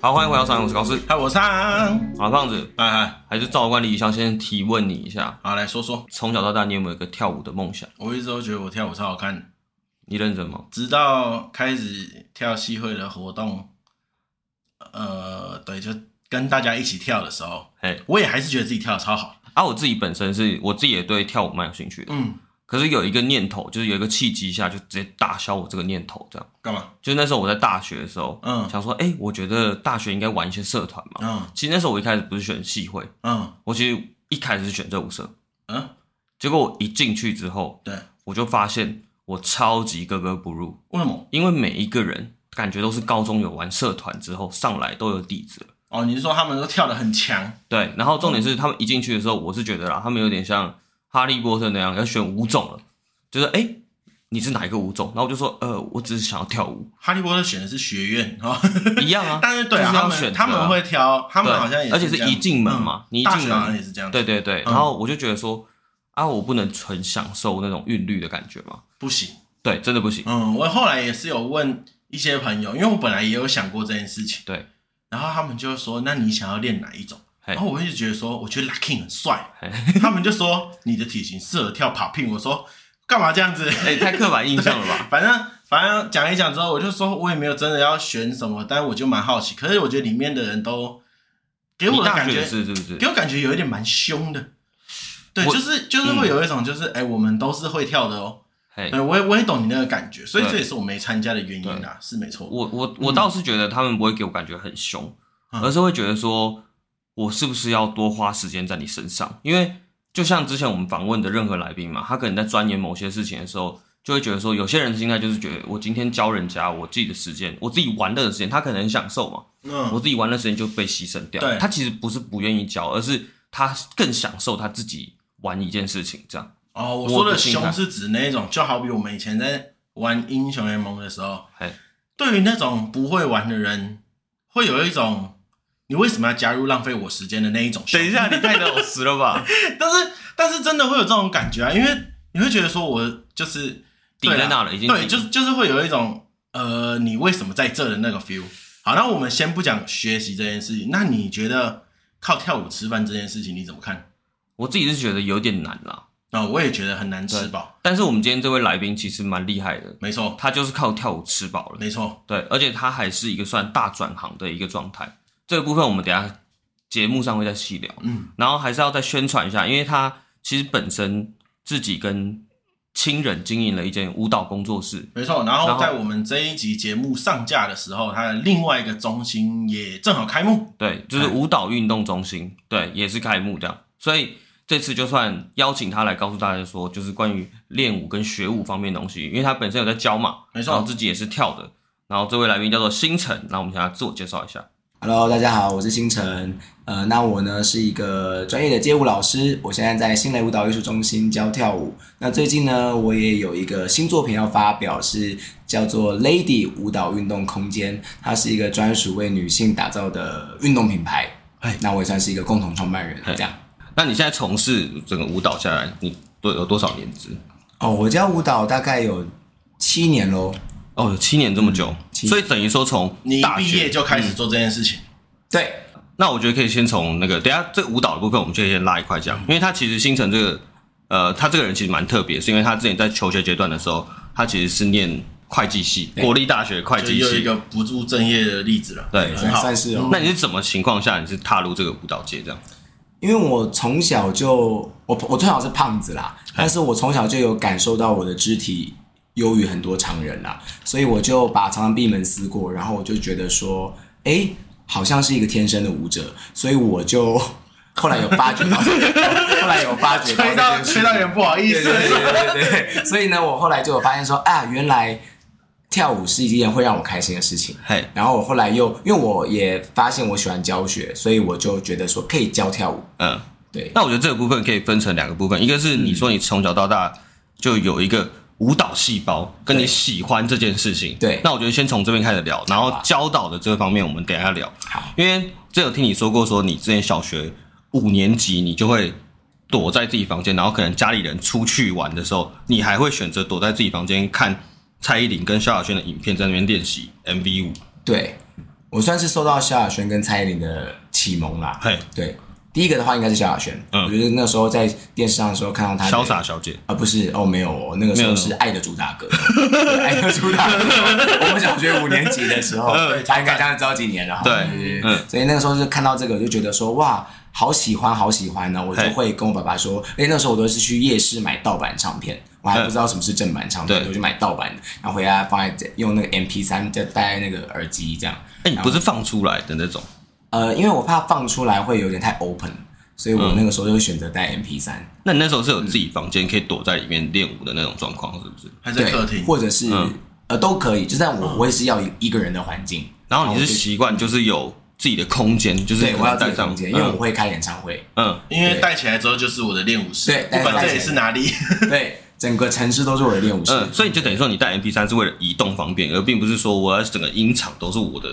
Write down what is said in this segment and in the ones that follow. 好，欢迎回到三，我是高斯。嗨，我上，好，胖子，哎哎，还是照惯例想先提问你一下，好来说说，从小到大你有没有一个跳舞的梦想？我一直都觉得我跳舞超好看，你认真吗？直到开始跳戏会的活动，呃，对，就跟大家一起跳的时候，嘿，我也还是觉得自己跳的超好，啊，我自己本身是我自己也对跳舞蛮有兴趣的，嗯，可是有一个念头，就是有一个契机下，就直接打消我这个念头，这样。干嘛？就是那时候我在大学的时候，嗯想说，哎、我觉得大学应该玩一些社团嘛。嗯其实那时候我一开始不是选系会，嗯我其实一开始是选这舞社，嗯，结果我一进去之后，对，我就发现我超级格格不入，为什么？因为每一个人感觉都是高中有玩社团之后上来都有底子了。哦，你是说他们都跳的很强？对，然后重点是他们一进去的时候，我是觉得啦，他们有点像哈利波特那样要选舞种了，就是哎、诶你是哪一个舞种？然后我就说，呃，我只是想要跳舞，哈利波特选的是学院哦，。一样啊 但是对啊，就是要他选们择他们会挑，他们对好像也而且是是这样一进门嘛嗯你一大进学好门像也是这样，对，对对，然后我就觉得说，啊，我不能纯享受那种韵律的感觉嘛。不行。对，真的不行。嗯，我后来也是有问一些朋友，因为我本来也有想过这件事情，对，然后他们就说：“那你想要练哪一种？”嘿然后我就觉得说：“我觉得 locking 很帅。嘿”他们就说：“你的体型适合跳 popping。”我说：“干嘛这样子哎、太刻板印象了吧？？”反正反正讲一讲之后，我就说我也没有真的要选什么，但我就蛮好奇。可是我觉得里面的人都给你我的大感学也觉，是是不是给？我感觉有一点蛮凶的。对，我嗯就是就是会有一种就是哎、我们都是会跳的哦。嘿对，，我也我也懂你那个感觉，所以对这也是我没参加的原因啦，是没错。我我我倒是觉得他们不会给我感觉很凶，嗯而是会觉得说我是不是要多花时间在你身上？因为就像之前我们访问的任何来宾嘛，他可能在钻研某些事情的时候，就会觉得说，有些人的心态就是觉得我今天教人家我自己的时间，我自己玩乐的时间，他可能很享受嘛，嗯我自己玩乐时间就被牺牲掉。对他其实不是不愿意教，而是他更享受他自己玩一件事情这样。哦，我我说的不信凶他是指那种，就好比我们以前在玩英雄联盟的时候，嘿，对于那种不会玩的人，会有一种你为什么要加入浪费我时间的那一种凶。下，你太老实了 吧？但是但是真的会有这种感觉啊，因为你会觉得说我就是抵对在啊那了，已经对，抵就是就是会有一种呃，你为什么在这的那个 feel。好，那我们先不讲学习这件事情，那你觉得靠跳舞吃饭这件事情你怎么看？我自己是觉得有点难啦。啊、我也觉得很难吃饱，但是我们今天这位来宾其实蛮厉害的，没错，他就是靠跳舞吃饱了，没错，对，而且他还是一个算大转行的一个状态。这个部分我们等一下节目上会再细聊，嗯，然后还是要再宣传一下，因为他其实本身自己跟亲人经营了一间舞蹈工作室，没错。然然后后在我们这一集节目上架的时候，它的另外一个中心也正好开幕，对，就是舞蹈运动中心，对，也是开幕这样，所以。这次就算邀请他来告诉大家说，就是关于练舞跟学舞方面的东西，因为他本身有在教嘛，没然后错。自己也是跳的。然后这位来宾叫做星辰，那我们请他自我介绍一下。 Hello，大家好，我是星辰。呃，那我呢是一个专业的街舞老师，我现在在新蕾舞蹈艺术中心教跳舞。那最近呢，我也有一个新作品要发表，是叫做 Lady 舞蹈运动空间，它是一个专属为女性打造的运动品牌。哎那我也算是一个共同创办人，哎这样。那你现在从事整个舞蹈下来，你多有多少年资？哦，我教舞蹈大概有七年喽。哦，有七年这么久，七所以等于说从嗯你大毕业学。就开始做这件事情，对，那我觉得可以先从那个，等一下这个舞蹈的部分，我们就先拉一块嗯讲，因为他其实星辰这个，呃，他这个人其实蛮特别，是因为他之前在求学阶段的时候，他其实是念会计系，国立大学会就计又一系。个不务正业的例子了。对很好算是哦嗯那你是怎么情况下你是踏入这个舞蹈界这样？因为我从小就我我从小是胖子啦，哎但是我从小就有感受到我的肢体优于很多常人啦，所以我就把常常闭门思过，然后我就觉得说，哎，好像是一个天生的舞者，所以我就后来有发觉到， 后来有发觉到吹这到件事吹到有点不好意对思对，对对对对，所以呢，我后来就有发现说啊，原来跳舞是一件会让我开心的事情。嘿，然后我后来又因为我也发现我喜欢教学，所以我就觉得说可以教跳舞。嗯，对，那我觉得这个部分可以分成两个部分，一个是你说你从小到大就有一个舞蹈细胞，跟你对喜欢这件事情。对那我觉得先从这边开始聊，然后好啊教导的这个方面我们等一下聊。好，因为这有听你说过，说你之前小学五年级你就会躲在自己房间，然后可能家里人出去玩的时候，你还会选择躲在自己房间看蔡依林跟萧亚轩的影片，在那边练习 MV 舞。对，我算是受到萧亚轩跟蔡依林的启蒙啦。嘿，对，第一个的话应该是萧亚轩，嗯我觉得那时候在电视上的时候看到她的潇洒小姐，啊，不是哦，没有哦，那个时没有候是《爱的主打歌》对 爱的主打歌》。我们小学五年级的时候，嗯他应该这样知道几年了哈。对嗯所以那个时候就看到这个，我就觉得说哇，好喜欢，好喜欢呢、我就嘿会跟我爸爸说，哎，那时候我都是去夜市买盗版唱片。我还不知道什么是正版唱片，嗯对我就买盗版的，然后回家放在用那个 M P 三，就戴在那个耳机这样。哎、你不是放出来的那种，呃，因为我怕放出来会有点太 open，所以我嗯那个时候就选择带 M P 三。那你那时候是有自己房间可以躲在里面练舞的那种状况，是不是？还在对客厅，或者是、嗯呃都可以，就但我会是要一一个人的环境，然后你是我就习惯就是有自己的空间，嗯就是对我要自带己上房间，因为我会开演唱会， 嗯因为带起来之后就是我的练舞室，对不管这里是 哪里，对，整个城市都是我的练舞室，嗯，所以就等于说你带 MP 三是为了移动方便，而并不是说我要整个音场都是我的。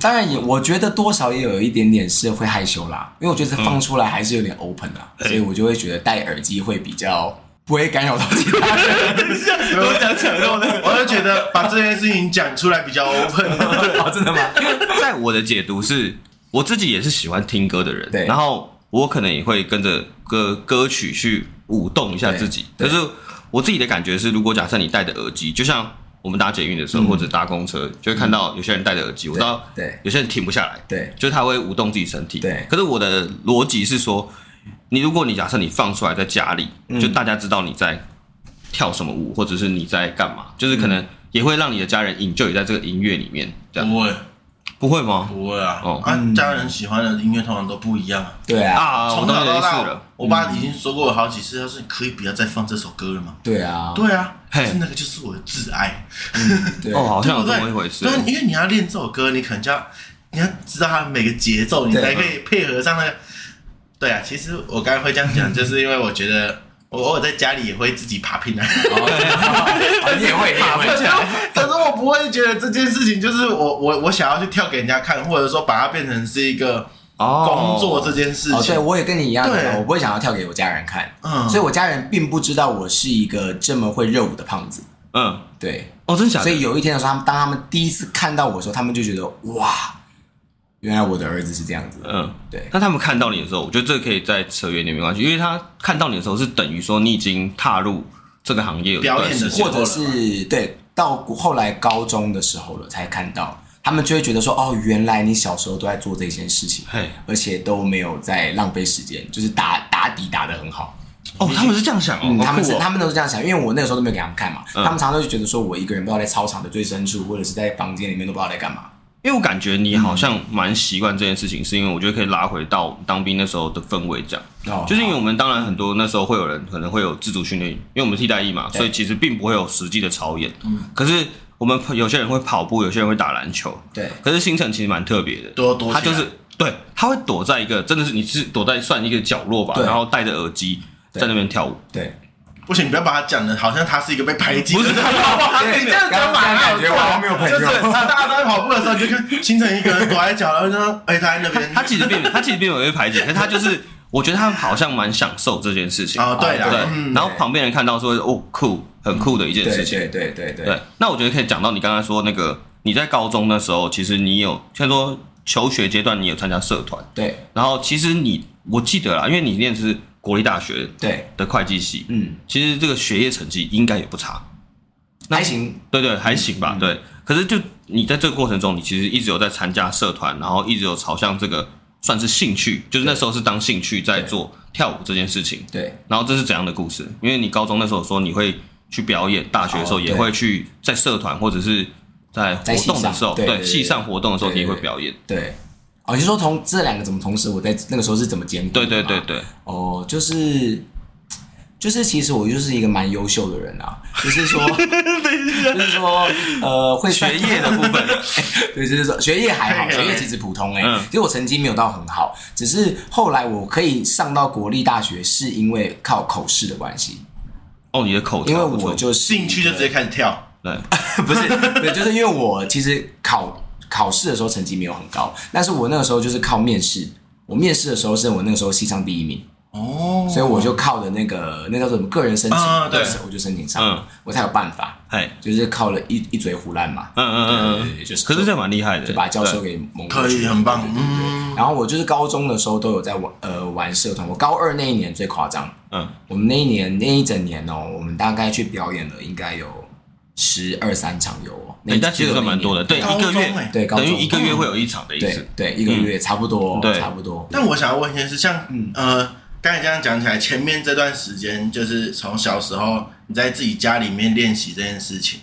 当然也我觉得多少也有一点点是会害羞啦，因为我觉得放出来还是有点 open 啊，嗯所以我就会觉得戴耳机会比较 不会干扰到其他人。我讲扯到的， 我就觉得把这件事情讲出来比较 open。 哦，真的吗？在我的解读是，我自己也是喜欢听歌的人，对然后我可能也会跟着歌歌曲去舞动一下自己。可对是我自己的感觉是，如果假设你戴着耳机，就像我们搭捷运的时候、或者搭公车，就会看到有些人戴着耳机，我知道嗯对有些人停不下来，对就是他会舞动自己身体。对可是我的逻辑是说，你如果你假设你放出来在家里，嗯就大家知道你在跳什么舞，或者是你在干嗯嘛，就是可能也会让你的家人 enjoy 在这个音乐里面，这嗯样不会，不会吗？不会啊哦！啊，家人喜欢的音乐通常都不一样啊。对啊，啊，我从都小认到识大了。，嗯我爸已经说过我好几次，他说你可以不要再放这首歌了吗？对啊，对啊，嘿是那个就是我的挚爱，对哦，好对像有不对这么一回事对。啊，因为你要练这首歌，你可能就要你要知道它每个节奏，你对才可以配合上那个。对啊，其实我刚才会这样讲，就是因为我觉得我偶尔在家里也会自己爬 拼啊。 哦你也会，你也会可 是可是我不会觉得这件事情就是我我我想要去跳给人家看，或者说把它变成是一个哦工作这件事哦，对，情。我也跟你一样对的，我不会想要跳给我家人看，嗯所以我家人并不知道我是一个这么会热舞的胖子，嗯，对，哦，真假的？所以有一天的时候，他们当他们第一次看到我的时候，他们就觉得哇，原来我的儿子是这样子的，嗯，对，那他们看到你的时候，我觉得这可以再扯远一点没关系，因为他看到你的时候是等于说你已经踏入这个行业有一段表演的时间或者是对，到后来高中的时候了才看到，他们就会觉得说哦，原来你小时候都在做这件事情，嘿，而且都没有在浪费时间，就是打打底打的很好。哦，他们是这样想哦，嗯嗯他好们是、酷哦他们都是这样想，因为我那个时候都没有给他们看嘛，他们常常就觉得说我一个人不知道在操场的最深处，或者是在房间里面都不知道在干嘛。因为我感觉你好像蛮习惯这件事情，是因为我觉得可以拉回到当兵那时候的氛围讲，哦，就是因为我们当然很多那时候会有人可能会有自主训练，因为我们替代役嘛，所以其实并不会有实际的操演，可是我们有些人会跑步，有些人会打篮球，对可是星辰其实蛮特别的，多多起他来就是对，他会躲在一个真的是你是躲在算一个角落吧，对然后戴着耳机在那边跳舞。对，不行，你不要把它讲的好像他是一个被排挤的人。不是 对啊你这样讲反了，刚刚感觉我好像没有朋友 就是大家都在跑步的时候，你就看星辰一个人躲在角落，然后哎他在那边。他其实并没有他其实并没有被排挤，但他就是我觉得他好像蛮享受这件事情。哦，对啊对了，嗯，然后旁边人看到说哦酷，很酷的一件对事对情。对对对对对，那我觉得可以讲到你刚刚说那个你在高中的时候，其实你有像说求学阶段你有参加社团，对然后其实你我记得啦，因为你念的是国立大学对，的会计系，嗯，其实这个学业成绩应该也不差。那还行，对对，还行嗯吧，对。可是就你在这个过程中，你其实一直有在参加社团，然后一直有朝向这个算是兴趣，就是那时候是当兴趣在做跳舞这件事情。对。然后这是怎样的故事？因为你高中那时候说你会去表演，大学的时候哦也对会去在社团或者是在活在系动的上时候，对对对系上活动的时候你对也对会表演。对，哦，你是说同这两个怎么同时？我在那个时候是怎么兼顾？对对对。对，哦，就是就是，其实我就是一个蛮优秀的人啊，就 是说，就是说，呃，会学业的部分， 对，就是说学业还好，对学业其实普通哎、嗯其实我成绩没有到很好，只是后来我可以上到国立大学，是因为靠口试的关系，哦，你的口因为条不错我就是进去就直接开始跳。对 不是，对，就是因为我其实考考试的时候成绩没有很高，但是我那个时候就是靠面试，我面试的时候是我那个时候系上第一名，哦，所以我就靠的那个那叫做什么个人申请，啊对我就申请上了，我才有办法，哎，就是靠了一一嘴胡乱嘛，嗯嗯嗯嗯，对对，就是可是这蛮厉害的，就把教授对给蒙过可去以，很棒，嗯，然后我就是高中的时候都有在玩呃玩社团，我高二那一年最夸张，嗯，我们那一年那一整年哦，我们大概去表演了应该有十二三场有哦，哎，但其实就有蛮多的，那一对，年高一个中月哎对高等于中欸一个月会有一场的意思对，对一个月差不多，对差不多，但我想要问一件事，像、呃，刚才这样讲起来，前面这段时间就是从小时候你在自己家里面练习这件事情，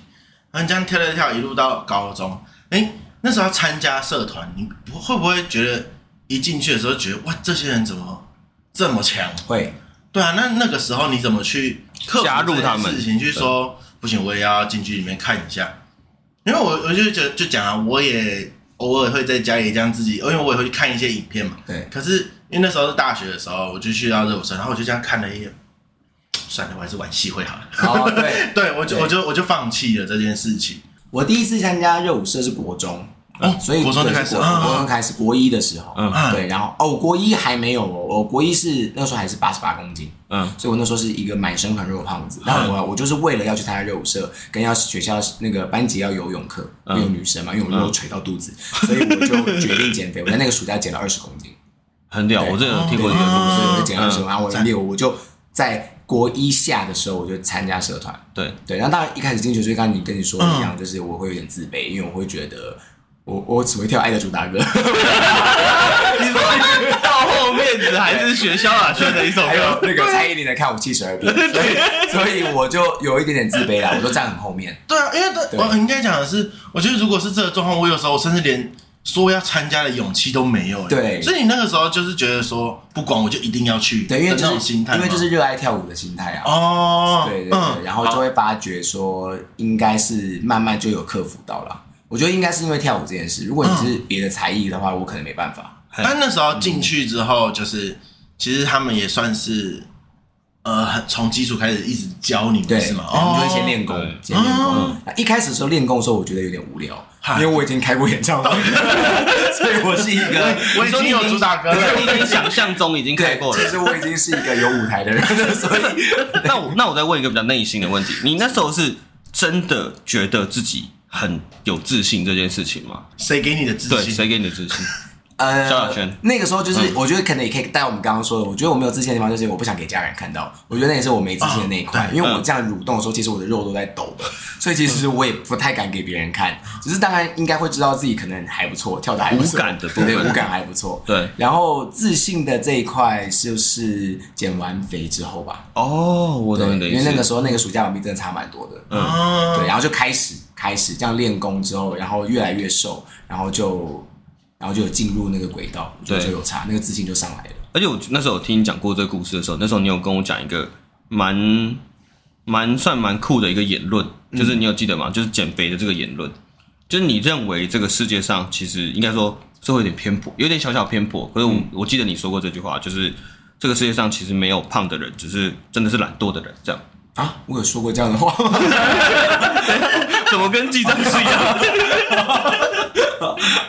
然后你这样跳跳跳一路到高中，哎、那时候要参加社团，你不会不会觉得一进去的时候觉得哇，这些人怎么这么强？会对啊，那那个时候你怎么去克服加入这件他们事情？去说不行，我也要进去里面看一下。因为我我就觉得就讲啊，我也偶尔会在家里这样自己，因为我也会去看一些影片嘛。对可是因为那时候是大学的时候，我就去到热舞社，然后我就这样看了一眼，算了，我还是玩戏会好了。 哦对对，我就对我就我就放弃了这件事情。我第一次参加热舞社是国中，哦所以国中就对开始是国啊国中开始，国一的时候，嗯啊对，然后哦，我国一还没有哦，我国一是那时候还是八十八公斤，嗯，所以我那时候是一个满身很肉的胖子，但我我就是为了要去参加热舞社，跟要学校那个班级要游泳课，因为有女生嘛，因为我肉垂到肚子，所以我就决定减肥。我在那个暑假减了二十公斤，很屌，对哦我这个有听对，过我一个故事，就我就减二十嗯公斤，然后我六，我就在国一下的时候我就参加社团，对，对，然后当然一开始进去就刚刚你跟你说的一样，就是我会有点自卑，因为我会觉得我我只会跳《爱的主打歌》， 到后面只还是学萧亚轩的一首还有歌，那个蔡依林的《看我七十二变》，所以所以我就有一点点自卑啦，我都站很后面。对啊，因为对我应该讲的是，我觉得如果是这个状况，我有时候我甚至连说要参加的勇气都没有。欸对所以你那个时候就是觉得说，不管我就一定要去，对，因为那就种是心态吗，因为就是热爱跳舞的心态啊。哦，对对对，嗯，然后就会发觉说，应该是慢慢就有克服到了。我觉得应该是因为跳舞这件事，如果你嗯是别的才艺的话，我可能没办法。但那时候进去之后，就是其实他们也算是呃，很从基础开始一直教你对，们是吗？我哦，们就会先练功对，先练功哦。那一开始的时候练功的时候，我觉得有点无聊，嗨因为我已经开过演唱会， 所以我是一个我 已经有主打哎歌可是了，你已经想象中已经看对过，其了。实我已经是一个有舞台的人，所以那我那我再问一个比较内心的问题，你那时候是真的觉得自己很有自信这件事情吗？谁给你的自对，信？谁给你的自 信？呃，萧亚轩嗯那个时候就是，我觉得可能也可以带我们刚刚说的，我觉得我没有自信的地方就是我不想给家人看到，我觉得那也是我没自信的那一块，啊因为我这样蠕动的时候，其实我的肉都在抖的，所以其实我也不太敢给别人看，只是当然应该会知道自己可能还不错，跳的还不错，无感的部对分对，无感还不错。对，然后自信的这一块就是减完肥之后吧，哦，我对懂你，的因意为那个思。嗯时候那个暑假我们真的差蛮多的，啊嗯对，然后就开始开始这样练功之后，然后越来越瘦，然后就然后就有进入那个轨道，我觉得对就有差，那个自信就上来了。而且我那时候有听你讲过这个故事的时候，那时候你有跟我讲一个蛮蛮算蛮酷的一个言论，就是你有记得吗？就是减肥的这个言论，就是你认为这个世界上其实应该说是会有点偏颇，有点小小偏颇。可是我、我记得你说过这句话，就是这个世界上其实没有胖的人，只是真的是懒惰的人这样。啊，我有说过这样的话吗？ 怎么跟记账是一样？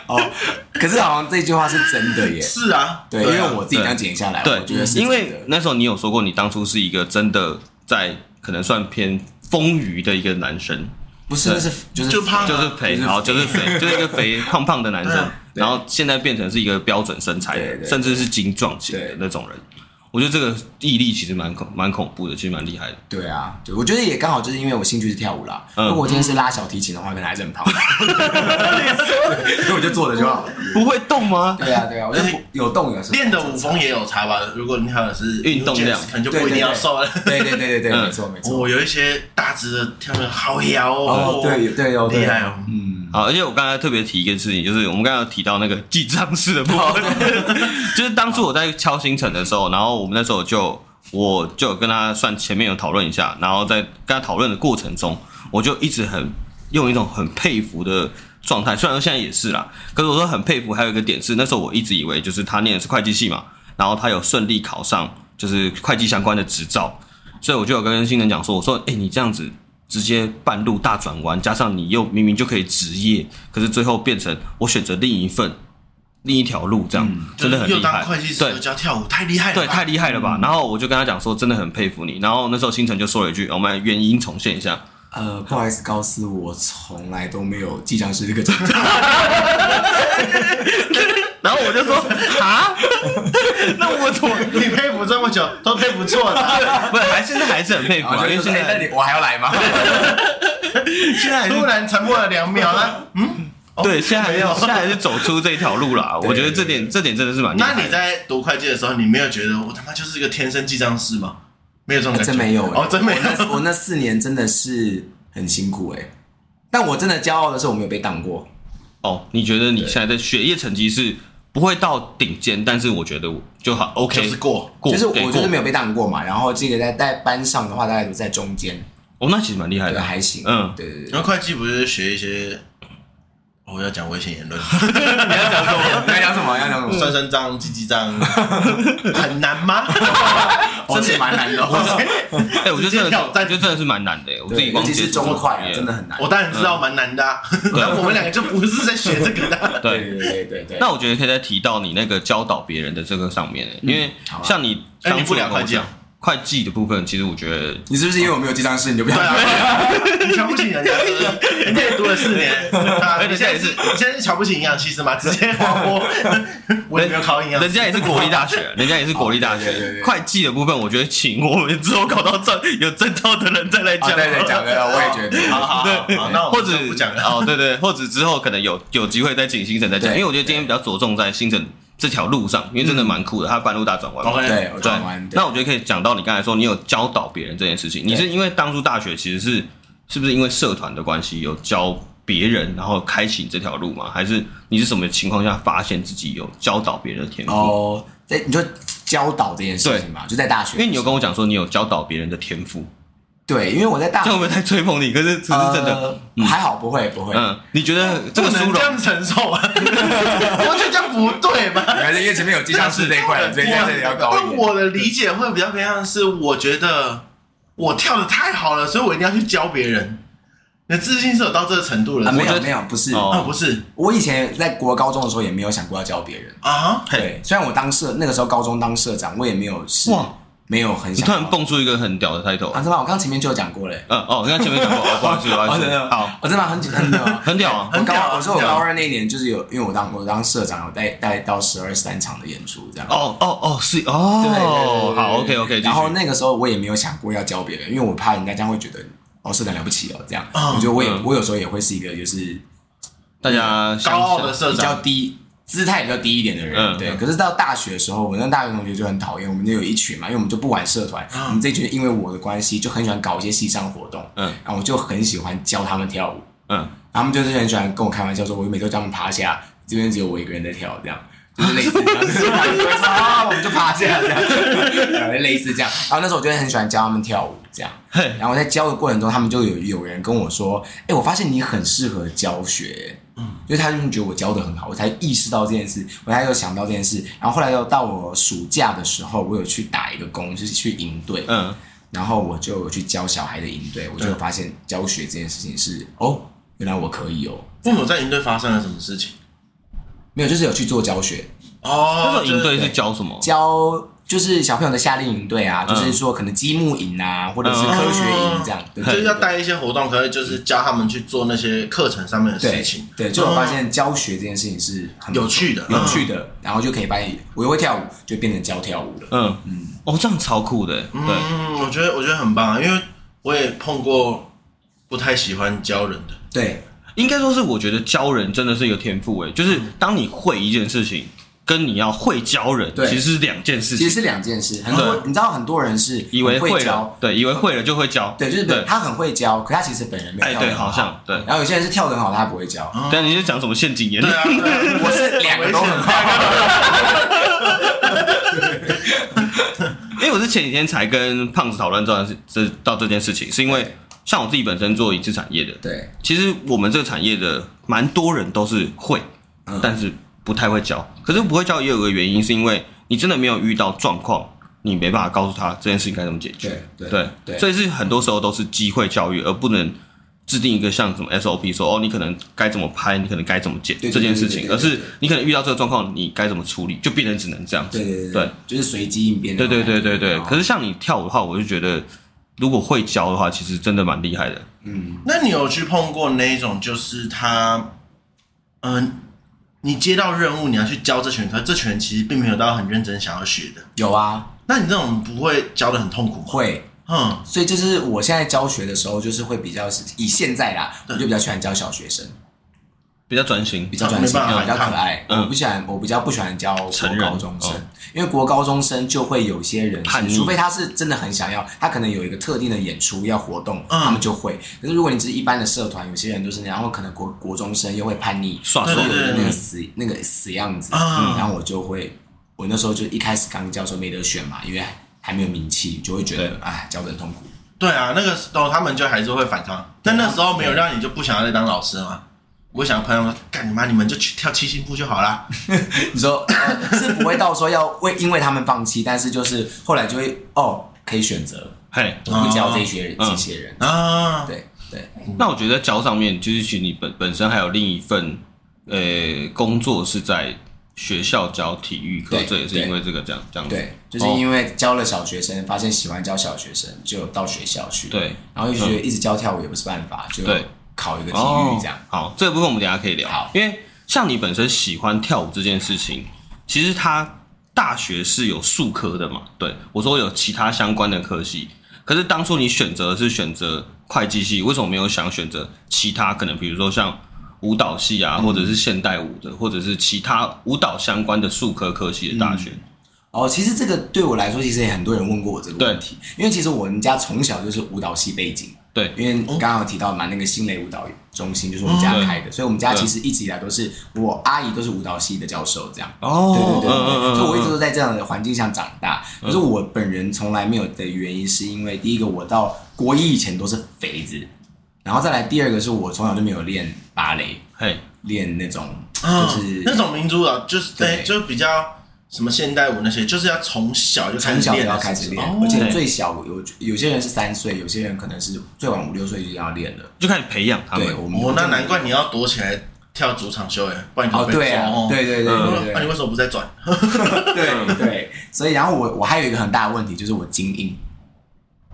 哦，可是好像这句话是真的耶。是啊，对，因啊为我自己这样剪下来，对我觉得，是因为真的那时候你有说过，你当初是一个真的在可能算偏丰腴的一个男生，不是，那是就是就胖啊就是肥，就是然后就是 肥，就是一个肥胖胖的男对生啊，然后现在变成是一个标准身材的对对人，对甚至是精壮型的对那种人。我觉得这个毅力其实蛮恐蛮恐怖的，其实蛮厉害的。对啊，对，我觉得也刚好就是因为我兴趣是跳舞啦。嗯如果我今天是拉小提琴的话，可能还是 很胖。对所以我就坐着就好了。不会动吗？对啊，对啊，我就不有动有时候哎练的舞风也有差吧？如果你跳的是运动量可能就不一定要瘦了。对对对对对，嗯没错没错。哦 我有一些大只的跳的好摇哦，，哦对对哦，对厉害哦嗯，好，而且我刚才特别提一件事情，就是我们刚刚有提到那个记账式的部分，就是当初我在敲行程的时候，然后我们那时候就我就有跟他算前面有讨论一下，然后在跟他讨论的过程中，我就一直很用一种很佩服的状态，虽然说现在也是啦，可是我说很佩服，还有一个点是那时候我一直以为就是他念的是会计系嘛，然后他有顺利考上就是会计相关的执照，所以我就有跟新人讲说，我说，哎、你这样子直接半路大转弯，加上你又明明就可以职业，可是最后变成我选择另一份另一条路，这样、真的很嗯又厉当害会计。师对又，教跳舞，太厉害了吧，对，太厉害了吧？然后我就跟他讲说，真的很佩服你。然后那时候星辰就说了一句，我们原因重现一下。呃，不好意思，高斯，我从来都没有记账师这个证 照。然后我就说啊，那我怎么？ 你佩服这么久都佩服错了， 不是，还现在还是很佩服然后啊，因就为说现哎那在你我还要来吗？现在还是突然沉默了两秒， 那嗯，哦对，现在还没是有现在还是走出这条路啦。我觉得这点这点真的是蛮厉害那的。你在读会计的时候，你没有觉得我他妈就是一个天生记账师吗？没有这种感觉，真没 有、欸、哦，真没有哎我。那我那四年真的是很辛苦哎、但我真的骄傲的是我没有被挡过。哦，你觉得你现在的学业成绩是不会到顶尖，但是我觉得我就好 OK， 就是过，过，就是给我过就是没有被当过嘛，然后这个在在班上的话，大概都在中间，哦，那其实蛮厉害对，的。还行，嗯对对对，然后会计不是学一些，哦我要讲危险 言论，你要讲什么？要讲什么？算算账、记记 账，很难吗？哦，这蛮难 的，哎、我觉得真直接的是，挑我战觉得真的是蛮难的。我自己对，尤光其接是触中快啊，这真种的很难。我当然知道蛮难的啊， 然后我们两个就不是在学这个的啊。专业对嗯对。对对对对。那我觉得可以再提到你那个教导别人的这个上面，欸因为好啊像你哎你当不初聊有跟会我计啊讲会计的部分，其实我觉得你是不是因为我没有记账师，你就不想？ 对啊，你瞧不起人家，啊 人家也读了四年，哎啊，你现在是，你现在是瞧不起营养系是吗？直接划拨，我也没有考营养系，人家也是国立大 学，人家也是国立大哦对对对学对。会计的部分，我觉得请我们之后考到证有证照的人再来啊，讲。对对，讲的我也觉得。 好好好，对好那我 或们者就不讲了。哦，对对，或者之后可能有有机会再请星辰再讲，对嗯因为我觉得今天比较着重在星辰这条路上，因为真的蛮酷的，他半路大转弯嘛。 OK 哦对，我对转弯。，对那我觉得可以讲到你刚才说，你有教导别人这件事情，你是因为当初大学其实是是不是因为社团的关系有教别人，然后开启这条路吗？还是你是什么情况下发现自己有教导别人的天赋？哦，在你就教导这件事情嘛，就在大因学的时候，为你有跟我讲说你有教导别人的天赋，对，因为我在大这学样会不会太吹捧你？可是只是真的，呃还好，不会呃不会，嗯，你觉得这不个殊能荣这样承受啊！我觉得这样不对吧？原来是因为前面有记账师这一块了，所以在这里要高一但点。我的理解会比较偏向是，我觉得我跳的太好了，所以我一定要去教别人。你的自信是有到这个程度了啊，是吗没我觉有得没有，不是。哦啊，不是我以前在国高中的时候也没有想过要教别人。啊？对，虽然我当社那个时候高中当社长，我也没有是哇，没有很你想。突然蹦出一个很屌的 title，啊，真的吗？我刚前面就有讲过嘞。嗯哦，刚才前面讲过， 哦不好意思，不好哦意真思，的好，，我真的吗很很屌啊。 很屌啊，我很屌啊高，我说我很屌啊高二那一年就是有，因为我当我当社长，我带带到十二十三场的演出这样。哦哦哦，是对，对对哦对，好对，OK OK，然后那个时候我也没有想过要教别人，因为我怕人家这样会觉得哦，社长了不起哦这样。嗯我觉得我也嗯我有时候也会是一个就是大家高想傲的社比较长，低姿态比较低一点的人，嗯对。嗯可是到大学的时候，我那大学同学就很讨厌，我们就有一群嘛，因为我们就不玩社团，嗯我们这一群因为我的关系就很喜欢搞一些戏上活动，嗯然后我就很喜欢教他们跳舞，嗯，然后他们就是很喜欢跟我开玩笑说，我每周叫他们趴下，这边只有我一个人在跳，这样。就是类似 这样， 就是啊，我们就趴下这样，对类似这样。然后那时候我就很喜欢教他们跳舞，这样。嘿，然后在教的过程中，他们就有有人跟我说：“哎、我发现你很适合教学。”嗯，因为他们觉得我教的很好，我才意识到这件事，我才有想到这件事。然后后来又到我暑假的时候，我有去打一个工，就是去营队，嗯，然后我就有去教小孩的营队，我就有发现教学这件事情是哦，原来我可以哦，问我在营队发生了什么事情？没有，就是有去做教学，哦，那时候营队对是教什么？教就是小朋友的夏令营队啊，嗯就是说可能积木营啊，或者是科学营这样，嗯对就对是对要带一些活动，可以就是教他们去做那些课程上面的对事情，对，就我发现教学这件事情是很有趣的，有趣的，然后就可以把你，我又会跳舞，就变成教跳舞了。嗯嗯，哦，这样超酷的，嗯。对，嗯，我觉得我觉得很棒啊，因为我也碰过不太喜欢教人 的，对，应该说是我觉得教人真的是一个天赋，诶，就是嗯当你会一件事情，跟你要会教人，对其实是两件事其情，实是两件事。很多你知道，很多人是以为很会教，了，对，以为会了就会教，对，就是对，他很会教，哦可他其实本人没有哎，跳得对，很好像对，然后有些人是跳得很好，但他不会教。但你是讲什么陷阱言对论？啊，对啊我是两个都很好，因为我是前几天才跟胖子讨论这件事，这到这件事情，是因为像我自己本身做影视产业的，对，其实我们这个产业的蛮多人都是会，嗯但是不太会教。可是不会教也有个原因，是因为你真的没有遇到状况，你没办法告诉他这件事情该怎么解决。对对对对所以是很多时候都是机会教育，而不能制定一个像什么 SOP 说哦，你可能该怎么拍，你可能该怎么剪对对这件事对情，对对而是你可能遇到这个状况，你该怎么处理，就变成只能这样子。对对对，就是随机应变的啊对话。对对对对。然后可是像你跳舞的话，我就觉得如果会教的话，其实真的蛮厉害的。那你有去碰过那一种，就是他，嗯、你接到任务你要去教这群，可是这群人其实并没有到很认真想要学的，有啊，那你这种不会教的很痛苦吗？会。嗯，所以就是我现在教学的时候，就是会比较是以现在啦，我就比较喜欢教小学生，比较专心比，较专没心，办法比较可反抗爱。嗯我不喜欢，我比较不喜欢教国成人高中哦生嗯，因为国高中生就会有些人叛逆是，除非他是真的很想要，他可能有一个特定的演出要活动，嗯他们就会。可是如果你只是一般的社团，有些人就是那样，然后可能国国中生又会叛逆，耍对手对有对那个死那个死样子，啊然后我就会，我那时候就一开始刚教授没得选嘛，因为还没有名气，就会觉得对哎，教的很痛苦。对啊，那个时候他们就还是会反抗。那啊那时候没有让你就不想要再当老师吗？我想朋友说，干你妈，你们就去跳七星步就好啦。你说、呃是不会到说要为因为他们放弃，但是就是后来就会哦，可以选择嘿，我不教这些人、嗯这些人，啊，对对，那我觉得在教上面，就是其实你本本身还有另一份呃工作是在学校教体育课对，这也是因为这个这样这样子。对，就是因为教了小学生，发现喜欢教小学生，就到学校去，对，嗯然后就觉得一直教跳舞也不是办法，就对考一个体哦育这样，好，这个部分我们等一下可以聊。好因为像你本身喜欢跳舞这件事情，其实它大学是有数科的嘛？对，我说有其他相关的科系。可是当初你选择的是选择会计系，为什么没有想选择其他？可能比如说像舞蹈系啊，或者是现代舞的，或者是其他舞蹈相关的数科科系的大学。哦，其实这个对我来说，其实也很多人问过我这个问题，因为其实我们家从小就是舞蹈系背景，对嗯因为刚刚有提到嘛，那个新蕾舞蹈中心就是我们家开的，所以我们家其实一直以来都是我阿姨都是舞蹈系的教授这样，哦对对对嗯嗯对，嗯，所以我一直都在这样的环境下长大。可是我本人从来没有的原因，是因为第一个我到国一以前都是肥子，然后再来第二个是我从小就没有练芭蕾，嘿，练那种嗯，就是那种民族啊，就是对对，就是比较什么现代舞那些，就是要从小就开始从小就练的要开始练是，不而是哦且最小有有些人是三岁，有些人可能是最晚五六岁就要练了。就开始培养他们对，。我们哦，哦那难怪你要躲起来跳主场秀哎，不然你哦就，被对抓啊哦，。对对对嗯对那对你为什么不再转？对对，所以然后我我还有一个很大的问题就是我筋硬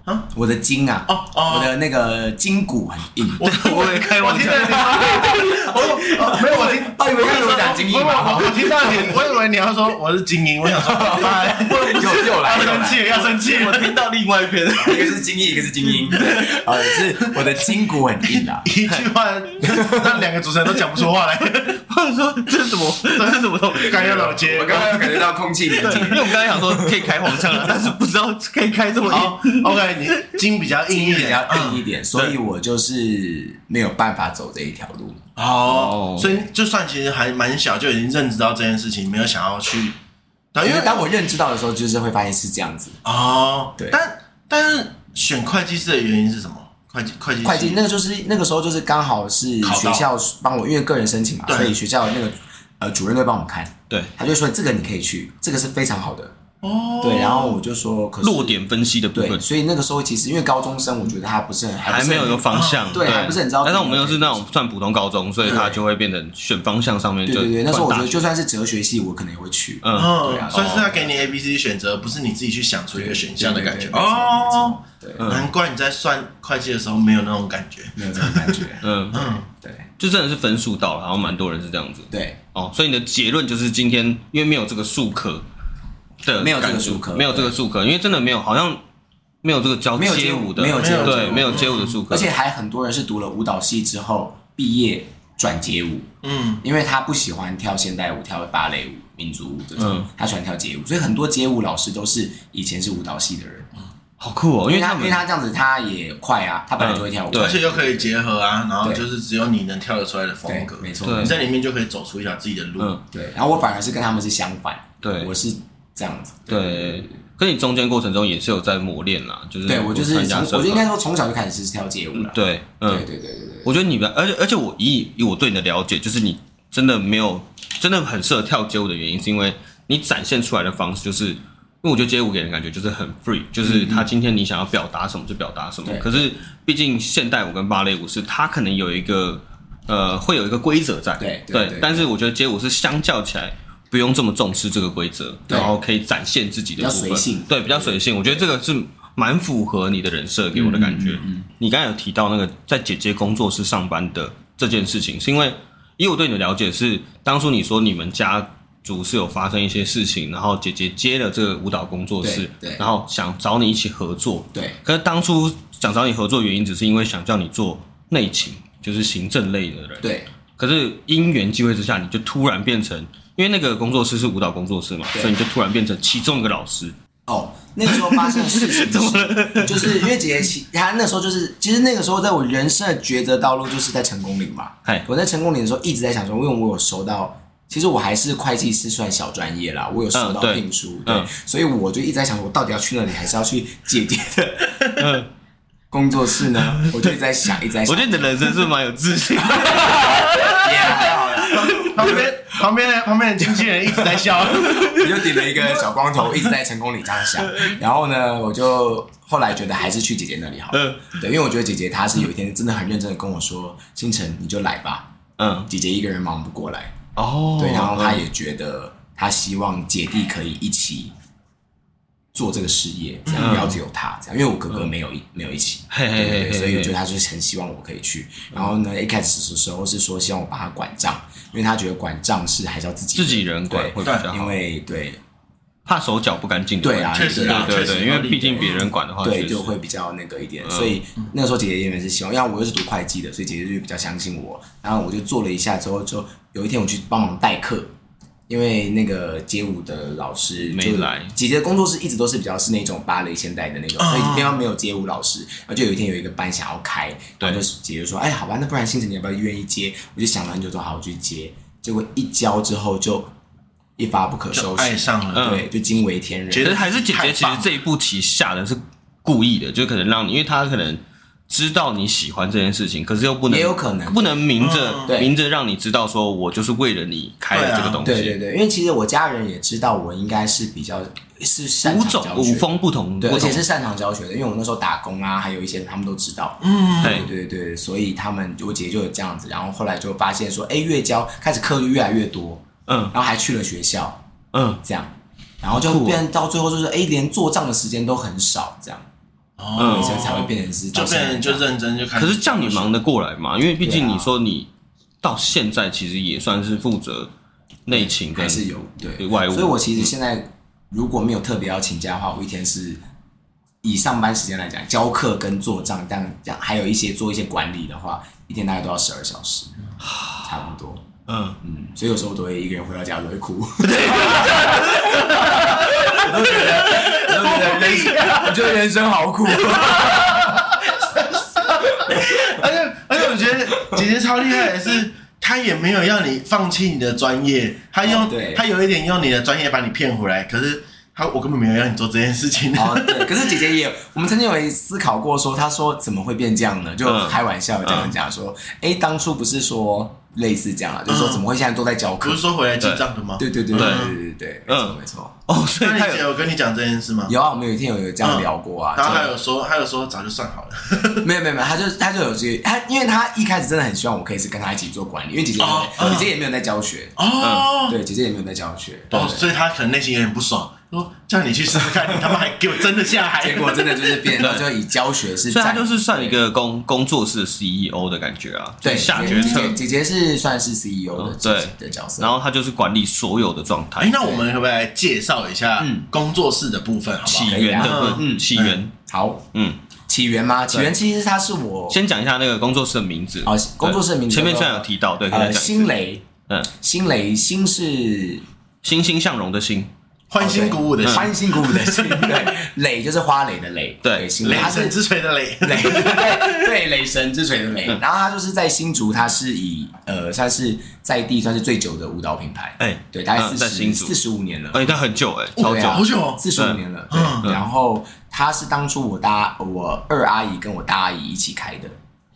啊，我的筋啊，哦哦我的那个筋骨很硬。我我也开玩笑我听到你我我没有我听，哦，以为是有讲啊精筋英硬吗？我听到你，我以为你要说我是精英，我 想说，哎又又来要又生来，气了，要生气了。听到另外一篇， 一个是精英，一个是精英，呃，是我的筋骨很硬啊。一句话让两个主持人都讲不出话来，或者说这是什么？这是什么东西？该要老接 我。刚刚有感觉到空气凝对，结因。为我们刚才想 说可以开黄腔了，但是不知道可以开这么好硬。 ，OK，你筋比较硬一比点，较硬一点，所以我就是没有办法走这一条路。哦哦，所以就算其实还蛮小就已经认知到这件事情，没有想要去，对，因因为为当我认知到的时候，就是会发现是这样子。哦，对但但是选会计师的原因是什么？会计会计会计那个就是那个时候就是刚好是考学到校帮我，因为个人申请嘛，对所以学校的那个呃主任都会帮我们看，对，他就说这个你可以去，这个是非常好的。哦，对，然后我就说可是落点分析的部对，分所以那个时候其实因为高中生，我觉得他不是很还不是没很有一个方向，对还不是很知道但是我们又是那种算普通高中，所以他就会变成选方向上面对就对对，那时候我觉得换大就算是哲学系，我可能也会去。嗯，对嗯，啊所以是他给你 A、B、C 选择，不是你自己去想出一个选项的感觉对对对对没错哦。对，嗯难怪你在算会计的时候没有那种感觉。没有这种感觉。嗯，嗯，对就真的是分数到了，好像蛮多人是这样子对，哦。所以你的结论就是今天因为没有这个数科的，没有这个数科没有这个数科，因为真的没有，好像没有这个教没有街街舞舞的，没有街舞对，没有街舞的数科，而且还很多人是读了舞蹈系之后毕业转街舞，嗯，因为他不喜欢跳现代舞、跳芭蕾舞、民族舞这种，嗯他喜欢跳街舞，所以很多街舞老师都是以前是舞蹈系的人，好酷哦，因为因为他他因们为他这样子他也快啊，他本来就会跳舞，嗯对而且又可以结合啊，然后对就是只有你能跳得出来的风对格，，没错，对你在里面就可以走出一条自己的路。嗯对。然后我反而是跟他们是相反，对我是这样子，对，可你中间过程中也是有在磨练啦，就是对我就是参加从社我就应团该说从小就开始是跳街舞了，对，嗯，对对对对对，我觉得你们，而且而且我以以我对你的了解，就是你真的没有真的很适合跳街舞的原因，是因为你展现出来的方式就是因为我觉得街舞给人感觉就是很 free，就是他今天你想要表达什么就表达什么。对可是毕竟现代舞跟芭蕾舞是它可能有一个呃会有一个规则在，对对对对但是我觉得街舞是相较起来不用这么重视这个规则，对然后可以展现自己的比较部分，随性对，比较随性。我觉得这个是蛮符合你的人设给我的感觉。嗯你刚才有提到那个在姐姐工作室上班的这件事情，是因为以我对你的了解是，当初你说你们家族是有发生一些事情，然后姐姐接了这个舞蹈工作室，对对然后想找你一起合作。对可是当初想找你合作的原因，只是因为想叫你做内勤，就是行政类的人。对可是因缘际会之下，你就突然变成，因为那个工作室是舞蹈工作室嘛，对所以你就突然变成其中一个老师。哦，那个时候发生的事 情怎么是， 就是因为姐姐其她那时候就是，其实那个时候在我人生的抉择道路就是在成功岭嘛。嗨，我在成功岭的时候一直在想说，因为我有收到，其实我还是会计师算小专业啦，我有嗯收到对聘书，对，嗯所以我就一直在想说，我到底要去那里，还是要去姐姐的工作室呢？我就一直在想，一直在嗯我想觉，得你的人生是蛮有自信的。也还好啦，旁边旁边的旁边的经纪 人一直在笑，我就顶了一个小光头，一直在成功岭这样想。嗯然后呢，我就后来觉得还是去姐姐那里好了，嗯对，因为我觉得姐姐她是有一天真的很认真的跟我说，星辰你就来吧，嗯，姐姐一个人忙不过来，哦，对，然后他嗯也觉得他希望姐弟可以一起做这个事业，这样嗯不要只有他这样，因为我哥哥没有一、没有一起，嘿嘿对对嘿对，嘿所以我嘿觉得他就是很希望我可以去。然后呢，一开始的时候是说希望我帮他管账，因为他觉得管账是还是要自己自己人管对会比较因好，为对怕手脚不干净的问对题。啊，确实对啊啊，对确对，实因合为理毕竟别人管的话，对，啊确实嗯就会比较那个一点。所以那个时候姐姐原本是希望，因为我又是读会计的，所以姐姐就比较相信我。然后我就做了一下之后，就有一天我去帮忙代课，因为那个街舞的老师没就来姐姐的工作室一直都是比较是那种芭蕾现代的那种，所以啊地方没有街舞老师。然后就有一天有一个班想要开，对然后就姐姐就说：“哎，好吧，那不然星辰你要不要愿意接？”我就想了很久，说好，我去接。结果一教之后就一发不可就收拾，爱上了。嗯对，就惊为天人。觉觉得得还是姐姐其太棒实了这一步棋下的是故意的，就可能让你，因为她可能知道你喜欢这件事情，可是又不能，也有可能不能明嗯着对明着让你知道说我就是为了你开对了啊这个东对对西，对，因为其实我家人也知道我应该是比较是擅五长种教学五风不同，对，不而同且是擅长教学的，因为我那时候打工啊，还有一些他们都知道。嗯，对对对对，所以他们我姐姐就有这样子，然后后来就发现说，哎，越教开始课就越来越多，嗯然后还去了学校嗯这样，然后好酷就哦变到最后就是，哎，连做账的时间都很少，这样，哦所以才会变成是就到现变在成这就样认真就开始。可是这样你忙得过来嘛？因为毕竟嗯对啊你说你到现在其实也算是负责内勤跟还是有对外务，所以我其实现在如果没有特别要请假的话，我一天是以上班时间来讲，教课跟做账，这样讲，还有一些做一些管理的话，一天大概都要十二小 时，差不多。嗯嗯，所以有时候我都会一个人回到家，我都会 哭。我都觉得，我都觉得人生，我觉得人生好 苦。哦而且而且我觉得姐姐超厉害的是，她也没有要你放弃你的专业，她用、哦对她有一点用你的专业把你骗回来，可是她我根本没有要你做这件事情。哦，对，可是姐姐也有，我们曾经有思考过说，她说怎么会变这样呢？就嗯开玩笑这样讲说，哎、当初不是说类似这样啊，就是说嗯怎么会现在都在教不课是？说回来记账的吗？对对对嗯对对对对对，没错嗯没错。哦，所以那他你姐有有跟你讲这件事吗？有啊，我们有一天有有这样聊过啊，嗯然后就她有说，她有说早就算好了。没有没有没有，他就他就有这个他，因为他一开始真的很希望我可以是跟他一起做管理，因为姐姐哦嗯姐姐也没有在教学，哦，对，姐姐也没有在教学，嗯对哦，，所以她可能内心有点不爽，说叫你去试试看，你他妈还给我真的下海。 结果真的就是变成就以教学是所以他占，就是算一个工工作室 CEO 的感觉啊，对就是下决策姐姐，姐姐是算是 CEO 哦的嗯对的角色，然后他就是管理所有的状态哎，，那我们可不可以来介绍一下工作室的部分，好不起好？源的部嗯分，起源，好嗯，起源吗？起源其实他是我先讲一下那个工作室的名字哦工作室的名字对前面虽叫做然有提到，对，可以再呃讲一新次，雷，嗯，新雷新是哦欣欣向荣的欣，欢欣鼓舞的欣，嗯嗯欢欣鼓舞的欣，对， 磊就是花蕾的蕾，对新雷他是神之锤的雷。 雷，对对，雷神之锤的雷。嗯然后他就是在新竹，他是以呃算是在地算是最久的舞蹈品牌，哎对，大概嗯四在新十竹四十五年了，哎，那很久哎，超对久，啊，好久哦四十五年了。对嗯然后他是当初我大我二阿姨跟我大阿姨一起开的，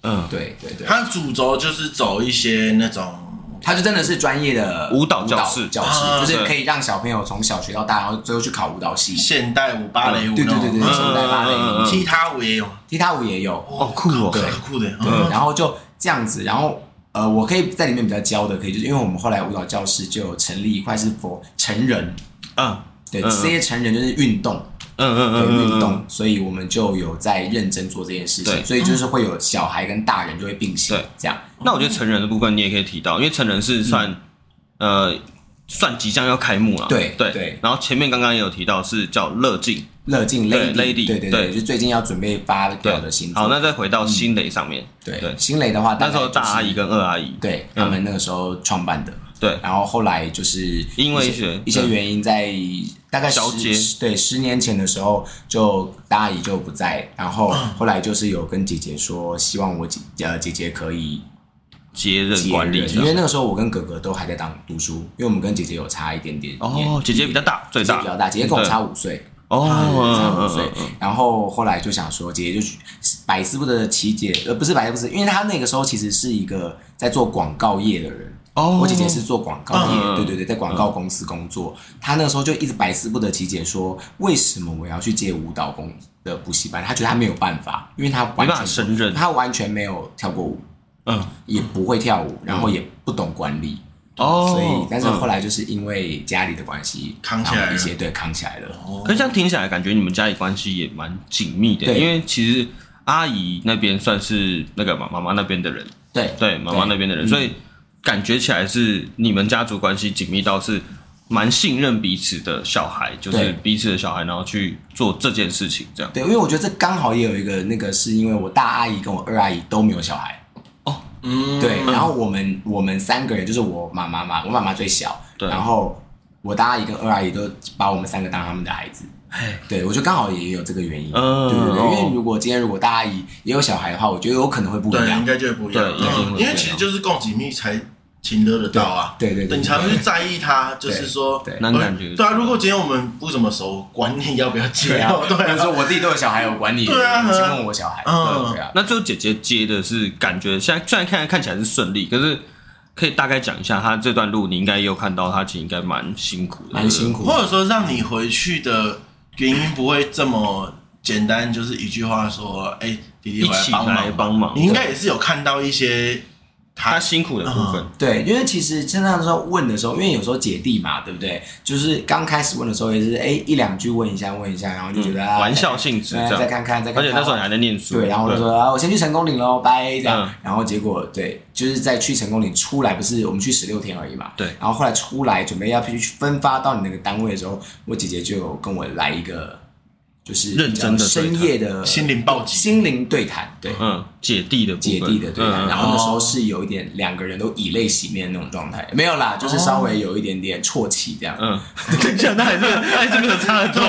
嗯，对对对，它主轴就是走一些那种他就真的是专业的舞蹈教室教啊室就是对可以让小朋友从小学到大，然后最后去考舞蹈系。现代舞、芭蕾舞对对对对那种现代芭蕾嗯嗯嗯嗯嗯踢踏舞也有，踢踏舞也有，好酷哦靠很酷的，对，嗯然后就这样子，然后呃，我可以在里面比较教的，可以就是因为我们后来舞蹈教室就有成立一块是 for 成人，嗯对，嗯这些成人就是运动，嗯嗯对嗯嗯运嗯动，所以我们就有在认真做这件事对情，所以就是会有小孩跟大人就会并行对，这样那我觉得成人的部分你也可以提到，因为成人是算、呃算即将要开幕了，对对对然后前面刚刚也有提到是叫乐境，乐进对 lady， Lady，对对对就最近要准备发对表的新作，好，那再回嗯到新蕾上面，对对新蕾的话，那时候大阿概就姨是跟二阿姨，对嗯他们那个时候创办的，对然后后来就是因为一一些一些对原因，在大概交接十十对十年前的时候，就大阿姨就不在，然后嗯后来就是有跟姐姐说，希望我姐呃姐姐可以接任接管理任，因者为那个时候我跟哥哥都还在当读书，因为我们跟姐姐有差一点点年哦，姐姐比较大，最姐姐大嗯比较大，姐姐跟我差五岁，哦，差五嗯岁嗯嗯，然后后来就想说，姐姐就去百思不得其解，呃，不是百思不得，因为她那个时候其实是一个在做广告业的人。哦我姐姐是做广告业，嗯对对对，在广告公司工作。她那个时候就一直百思不得其解，说为什么我要去接舞蹈工的补习班？她觉得她没有办法，因为她没完办法全胜任，她完全没有跳过舞，嗯也不会跳舞，然后也不懂管理。哦，所以，但是嗯后来就是因为家里的关系，扛起来了然后一些，对，扛起来了。哦可是这样听起来，感觉你们家里关系也蛮紧密的，对因为其实阿姨那边算是那个嘛妈妈那边的人，对，对妈妈那边的人，所以感觉起来是你们家族关系紧密到是蛮信任彼此的小孩，就是对彼此的小孩，然后去做这件事情，这样对，因为我觉得这刚好也有一个那个，是因为我大阿姨跟我二阿姨都没有小孩，嗯对，然后我们我们三个人就是我妈妈嘛，我妈妈最小，对然后我大阿姨跟二阿姨都把我们三个当他们的孩子，对，我觉得刚好也有这个原因，哎嗯对对对，因哦为如果今天如果大阿姨也有小孩的话，我觉得有可能会不一对，哦样应，该就会不一对样，一定会不嗯一样因为其实就是共紧密才亲热得到啊，对对对，你才会去在意他，就是说，对难感觉对啊，如果今天我们不怎么熟，管你要不要接对啊，哦对或者啊，说我自己都有小孩，我管你，对啊你先问我小孩，嗯对啊，那最后姐姐接的是感觉现在虽然看看起来是顺利，可是可以大概讲一下她这段路，你应该也有看到她其实应该蛮辛苦的，蛮辛苦的，或者说让你回去的原因不会这么简单，就是一句话说，哎、弟弟一回起帮来忙，帮忙，你应该也是有看到一些她他辛苦的部分，对，因为其实真的时候问的时候，因为有时候姐弟嘛，对不对？就是刚开始问的时候也是，哎，一两句问一下，问一下，然后就觉得、啊嗯玩笑性质哎这再样，看看，再看看。而且那时候你还在念书，对，然后我就说啊，我先去成功岭喽，拜这样。嗯然后结果对，就是在去成功岭出来，不是我们去十六天而已嘛。对然后后来出来准备要去分发到你那个单位的时候，我姐姐就有跟我来一个，就是认真的比较深夜的心灵暴击，心灵对谈，对。嗯，姐弟的部姐分，弟的对嗯谈，嗯然后那时候是有一点两个人都以泪洗面那种状态，没有啦，就是稍微有一点点啜泣这样。哦嗯，等一下，那还是那还是没有差很多，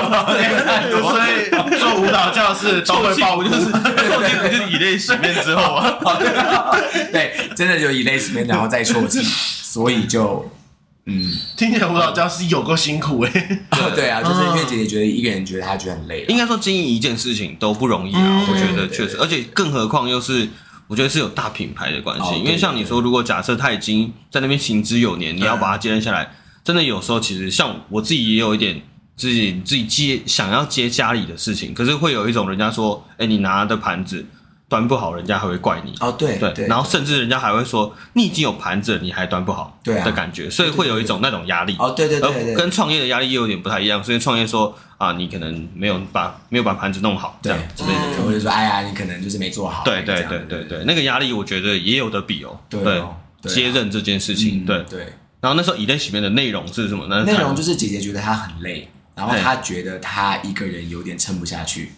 所以做舞蹈教室都会爆，就是 后进不就是以泪洗面之后啊？ 对，真的就以泪洗面，然后再啜泣，所以就嗯，听起来舞蹈教室有够辛苦哎、 对啊，就是因嗯为姐姐觉得一个人觉得她觉得很累了应。该说经营一件事情都不容易啊嗯，我觉对对得对确实，而且更何况又是。我觉得是有大品牌的关哦系，对因为像你说，如果假设他已经在那边行之有年，你要把它接任下来，真的有时候其实像我自己也有一点自己自己接想要接家里的事情，可是会有一种人家说，哎，你拿的盘子端不好，人家还会怪你。哦，对对，对，然后甚至人家还会说你已经有盘子了，你还端不好，对啊的感觉，所以会有一种那种压力。哦，对对对而对呃跟创业的压力又有点不太一样，所以创业说啊，你可能没有把没有把盘子弄好，这对样之类的。对，我就说哎呀，你可能就是没做好。对对这样对对对，那个压力我觉得也有的比哦。对哦对啊接任这件事情，嗯对。对，然后那时候以内洗面的内容是什么呢？内容就是姐姐觉得她很累，然后对她觉得她一个人有点撑不下去。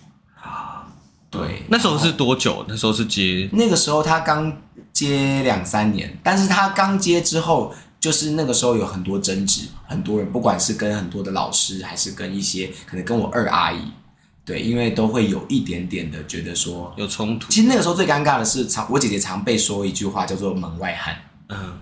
对，那时候是多久？那时候是接那个时候他刚接两三年，但是他刚接之后，就是那个时候有很多争执，很多人不管是跟很多的老师，还是跟一些可能跟我二阿姨，对，因为都会有一点点的觉得说，有冲突，其实那个时候最尴尬的是，常我姐姐常被说一句话叫做“门外汉嗯，”，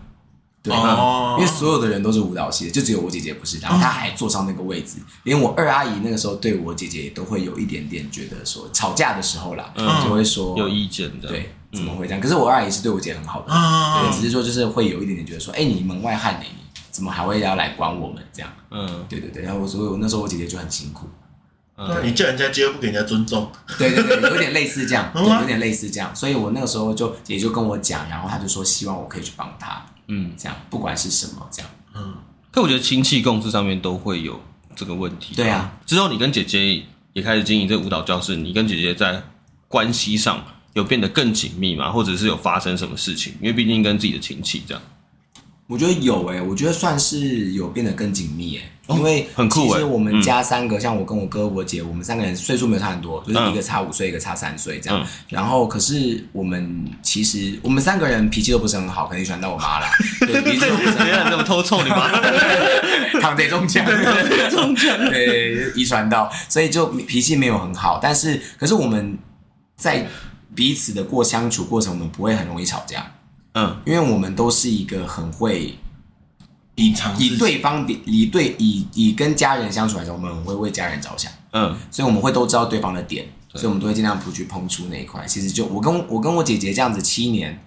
对。哦因为所有的人都是舞蹈系的，就只有我姐姐不是，然后她还坐上那个位置，连我二阿姨那个时候对我姐姐也都会有一点点觉得说，吵架的时候啦，嗯就会说有意见的，嗯对，怎么会这样？可是我二阿姨是对我姐很好的，啊对，只是说就是会有一点点觉得说，哎、你门外汉呢、你怎么还会要来管我们这样？嗯，对对对，然后我所以我那时候我姐姐就很辛苦，那你叫人家就不给人家尊重，对对对，有点类 似这样，对，嗯啊有点类似这样，所以我那个时候就也就跟我讲，然后她就说希望我可以去帮她，嗯，这样不管是什么这样，可我觉得亲戚共事上面都会有这个问题。对啊，之后你跟姐姐也开始经营这个舞蹈教室，你跟姐姐在关系上有变得更紧密吗？或者是有发生什么事情？因为毕竟跟自己的亲戚 这样。我觉得有哎、我觉得算是有变得更紧密哎、因为很酷其欸实我们嗯家三个，像我跟我哥、我姐，我们三个人岁数没有差很多，就是嗯一个差五岁，一个差三岁这样嗯。然后可是我们其实我们三个人脾气都不是很好，肯定传到我妈了，对，脾气都不是别很人怎么偷臭你妈？好， 躺着中奖，躺着中奖， 对，遗传到，所以就脾气没有很好。但是可是我们在彼此的过相处过程，我们不会很容易吵架，嗯，因为我们都是一个很会隐藏以自己。对方比以对以以跟家人相处来说，我们很会为家人着想，嗯，所以我们会都知道对方的点，所以我们都会尽量不去碰触那一块。其实就我跟我跟我姐姐这样子七年，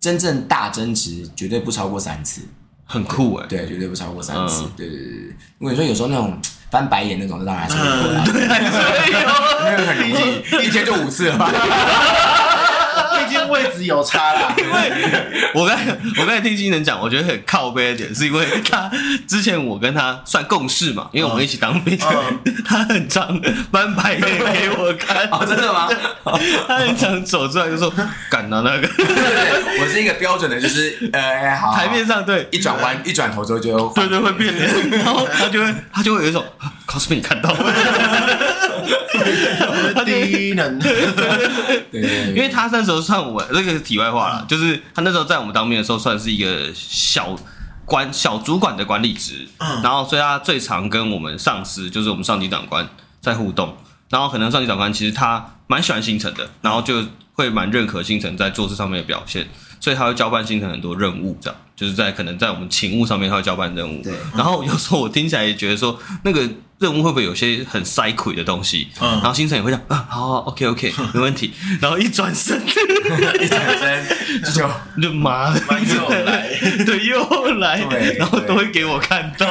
真正大争执绝对不超过三次，很酷哎、对，绝对不超过三次嗯。对对对对，如果你说有时候那种翻白眼那种，那当然还是会有嗯啦， 那个很容易，一天就五次了吧？ 毕竟位置有差啦，我刚才我刚才听金人讲，我觉得很靠背的点，是因为他之前我跟他算共事嘛，因为我们一起当兵，哦嗯他很常翻白眼给我看，哦，真的吗？他很常走出来就说敢拿那个 对对对，我是一个标准的，就是呃，好，好台面上对。一转弯一转头之后就对对会变脸， 然后他就会他就会有一种 cos 被你看到了， 低能。对对对对因为他那时候算我这个是题外话啦，就是他那时候在我们当兵的时候算是一个小管小主管的管理职，嗯然后所以他最常跟我们上司就是我们上级长官在互动，然后可能上级长官其实他蛮喜欢星辰的，然后就会蛮认可星辰在做事上面的表现，所以他会交办星辰很多任务，这样就是在可能在我们勤务上面他会交办任务，对然后有时候我听起来也觉得说那个任务会不会有些很塞鬼的东西，嗯然后星辰也会讲啊好好 OK OK 没问题，然后一转身。 一转身就就妈的，妈又来 对，又来对，然后都会给我看到，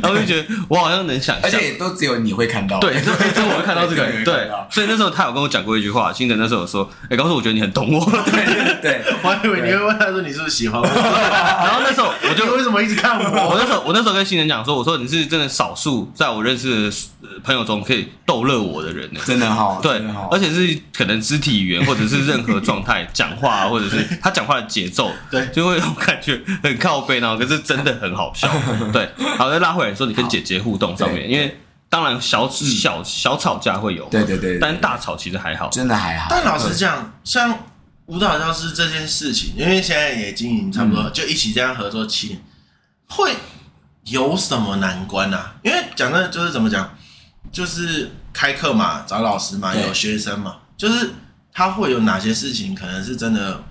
然后就觉得我好像能想而象。且都只有你会看到。对，就就我会看到这个对人，对对对，所以那时候他有跟我讲过一句话，星辰那时候有说，哎，告诉我觉得你很懂我，对对，我还以为你会问他说你是不是喜欢我，然后那时候我就你为什么一直看我我？那时候我那时候跟新人讲说，我说你是真的少数在我认识的呃朋友中可以逗乐我的人呢。真的哈，对真的哈，而且是可能肢体语言或者是任何状态讲话，或者是他讲话的节 奏，对就会有感觉很靠背然后可是真的很好 笑。对，好，再拉回来说，你跟姐姐互动上面，对嗯因为当然小小小吵架会有嘛，对对对对但大吵其实还好。真的还好。但老实讲，像舞蹈教室这件事情，因为现在也经营差不多，就一起这样合作七年，会有什么难关啊？因为讲真的就是怎么讲，就是开课嘛，找老师嘛，对有学生嘛，就是他会有哪些事情，可能是真的，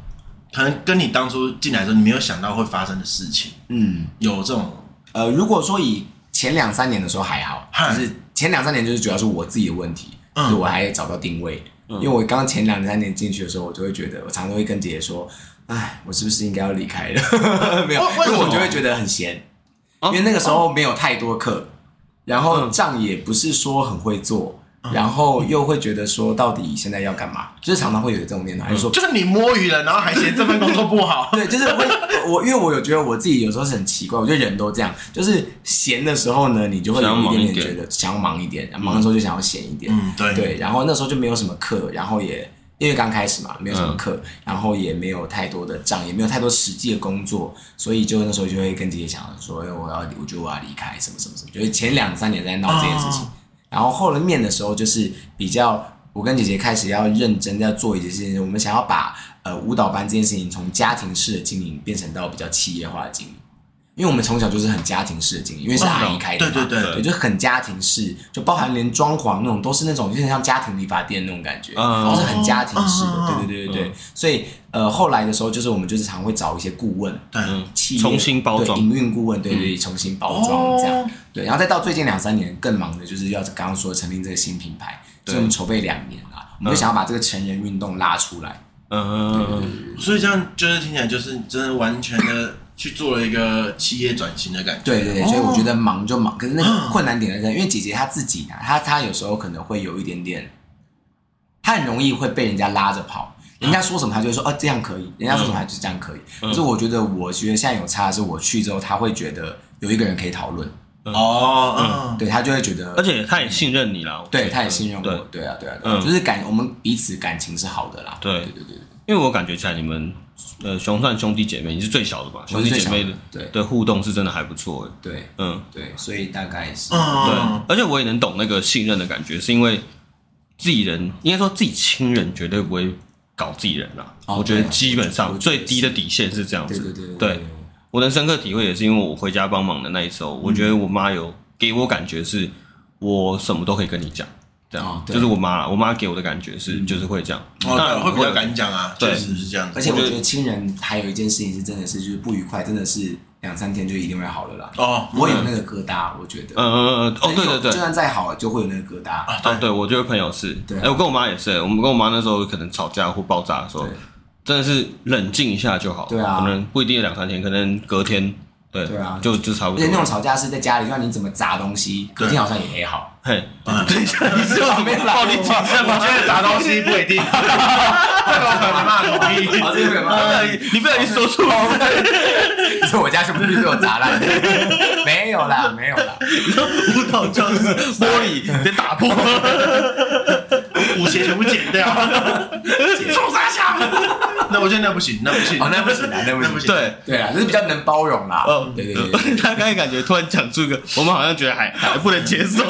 可能跟你当初进来的时候你没有想到会发生的事情，嗯，有这种呃，如果说以前两三年的时候还好，嗨就是前两三年就是主要是我自己的问题，嗯就是我还找不到定位。因为我刚前两三年进去的时候，我就会觉得，我常常会跟姐姐说，哎，我是不是应该要离开了？ 没有，哦为为什因么为我就会觉得很闲，哦因为那个时候没有太多课，然后嗯账也不是说很会做，嗯然后又会觉得说到底现在要干嘛，就是常常会有这种念头，还是说就是你摸鱼了，然后还嫌这份工作不好。 对，就是会我，因为我有觉得我自己有时候是很奇怪，我觉得人都这样，就是闲的时候呢，你就会有一点点觉得想要忙一点，忙的时候就想要闲一点，嗯，对，对。然后那时候就没有什么课，然后也因为刚开始嘛，没有什么课，然后也没有太多的账，也没有太多实际的工作，所以就那时候就会跟姐姐讲说，哎我要，我觉得我要离开，什么什么什么，就是前两三年在闹这件事情，哦然后后面的时候就是比较。我跟姐姐开始要认真在做一件事情，我们想要把呃舞蹈班这件事情从家庭式的经营变成到比较企业化的经营，因为我们从小就是很家庭式的经营，因为是阿姨开的嘛，对对对对，就是很家庭式，就包含连装潢那种都是那种有点像家庭理发店那种感觉，嗯都是很家庭式哦的，对对对对对。所以呃，后来的时候就是我们就是常会找一些顾问，对，嗯企业重新包装对营运顾问，对对，对重新包装这样哦，对。然后再到最近两三年更忙的就是要刚刚说成立这个新品牌，所以我们筹备两年啦，我们就想要把这个成人运动拉出来。嗯，所以这样就是听起来就是真的完全的去做了一个企业转型的感觉。对对对，哦所以我觉得忙就忙，可是那啊个困难点在这，因为姐姐她自己啊，她她有时候可能会有一点点，她很容易会被人家拉着啊跑，人家说什么她就会说哦这样可以，人家说嗯什么她就这样可以。可是我觉得，我觉得现在有差的是，我去之后她会觉得有一个人可以讨论，哦，嗯，对她就会觉得，而且他也信任你啦，我觉对得她也信任我，对对啊对啊，对啊嗯就是感我们彼此感情是好的啦，对对对对，对因为我感觉起来你们呃兄算兄弟姐妹，你是最小的吧？兄我是弟最姐想妹的的，对的互动是真的还不错欸，对嗯，对，所以大概是，对嗯，，而且我也能懂那个信任的感觉，是因为自己人，应该说自己亲人绝对不会搞自己人啦。哦我觉得对啊基本上我觉得最低的底线是这样对子。对对对我能深刻体会，也是因为我回家帮忙的那一嗯周，我觉得我妈有给我感觉是，我什么都可以跟你讲，这样、哦对嗯就是我妈啦，我妈给我的感觉是，就是会这样。哦，当然对，会比较有敢讲啊，对确实是这样子。而且我我觉得觉得亲人还有一件事情是真的是就是不愉快，真的是两三天就一定会好了啦。哦，不会有那个疙瘩，我觉得。嗯嗯嗯，哦，对对对就，算再好，就会有那个疙瘩。啊，哦，对，对，我觉得朋友是，对哎、啊我跟我妈也是、我们跟我妈那时候可能吵架或爆炸的时候对，真的是冷静一下就好，对啊可能不一定两三天，可能隔天，对，对啊就就差不而多且那，种吵架是在家里，就算你怎么砸东西，对隔天好像也没好。嘿，嗯等一下， 你是我没有暴力倾向吗？砸东西不一定，这个我可能骂同意。哦这个不小心 你不小心说出来，你说我家全部东西被我砸烂， 没有啦，没有啦。舞蹈教室玻璃被打 破，舞鞋全部剪掉，冲啥下？那我觉得那不行，那不行，哦那不行啊那不行那不行。，对。对啊啦，就是比较能包容啦。嗯哦对对 对，他刚才感觉突然讲出一个，我们好像觉得还还不能接受。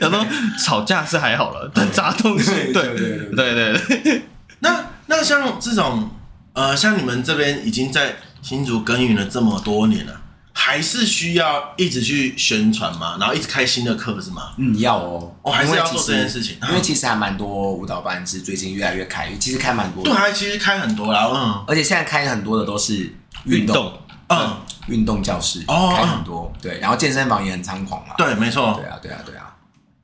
然后吵架是还好了，但砸东西，对对对对对对对对，那那像这种呃，像你们这边已经在新竹耕耘了这么多年了，还是需要一直去宣传吗？然后一直开新的课是吗？嗯，要哦，哦还是要因为其实做这件事情因为其实还蛮多舞蹈班是最近越来越开，其实开蛮多的对，，还其实开很多啦，而且现在开很多的都是运动动嗯嗯，运动教室，哦开很多，对，然后健身房也很猖狂嘛。哦对，没错对，啊，对啊，对啊，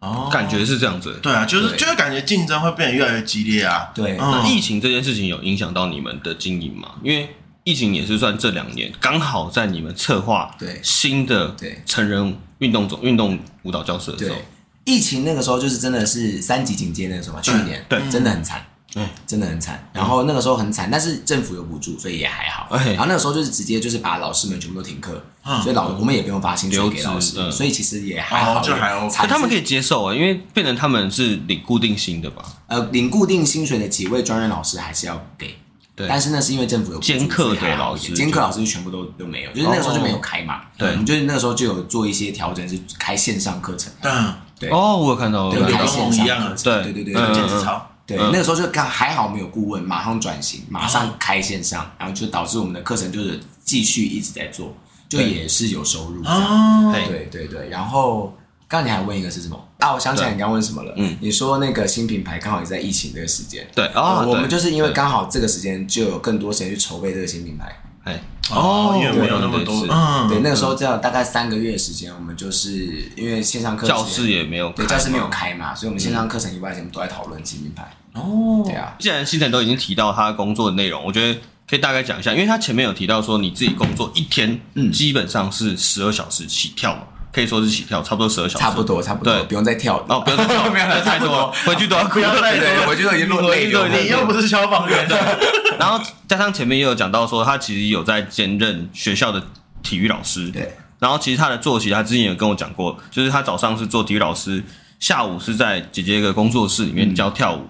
哦，感觉是这样子。对啊，就是对就是感觉竞争会变得越来越激烈啊，对那嗯，疫情这件事情有影响到你们的经营吗？因为疫情也是算这两年刚好在你们策划对新的对成人运动种运动舞蹈教室的时候对，，疫情那个时候就是真的是三级警戒那个时候嘛，去年对真的很惨，嗯，真的很惨。然后那个时候很惨，但是政府有补助，所以也还好。哎然后那个时候就是直接就是把老师们全部都停课嗯，所以老我们也不用发薪水留给职老师，嗯所以其实也还好，哦就还 OK 惨可是他们可以接受啊、因为变成他们是领固定薪的吧？呃领固定薪水的几位专任老师还是要给。对但是那是因为政府有补助兼课所以还好的老师就兼课老师全部都都没有，就是那个时候就没有开嘛。对我们就是那个时候就有做一些调整，是开线上课程，嗯，对哦，我有看到，我对，有看开到跟我线们上一样啊课程，对对对对嗯对，简直超。对，嗯那个时候就刚还好没有顾问，马上转型，马上开线上，然后就导致我们的课程就是继续一直在做，就对也是有收入这样。哦，嘿对对对，然后刚才你还问一个是什么啊？我想起来对你刚问什么了。嗯你说那个新品牌刚好也在疫情这个时间，对啊，呃我们对就是因为对刚好这个时间就有更多时间去筹备这个新品牌。哎哦，因为没有那么对多是，嗯，对，那个时候这样大概三个月的时间，我们就是因为线上课教室也没有开嗯对嘛，教室没有开嘛，所以我们线上课程以外，全部都在讨论新品牌。哦对，啊，既然新晨都已经提到他工作的内容，我觉得可以大概讲一下，因为他前面有提到说你自己工作一天，嗯基本上是十二小时起跳嘛，可以说是起跳，差不多十二小时，差不多差不多，哦对不用再跳了。哦，不要再 跳，不要太多了，回去都要哭了，对对，我觉得已经落泪流对了。对你又不是消防员， 啊然后加上前面也有讲到说，他其实有在兼任学校的体育老师，对。然后其实他的作息，他之前有跟我讲过，就是他早上是做体育老师，下午是在姐姐的工作室里面教跳舞，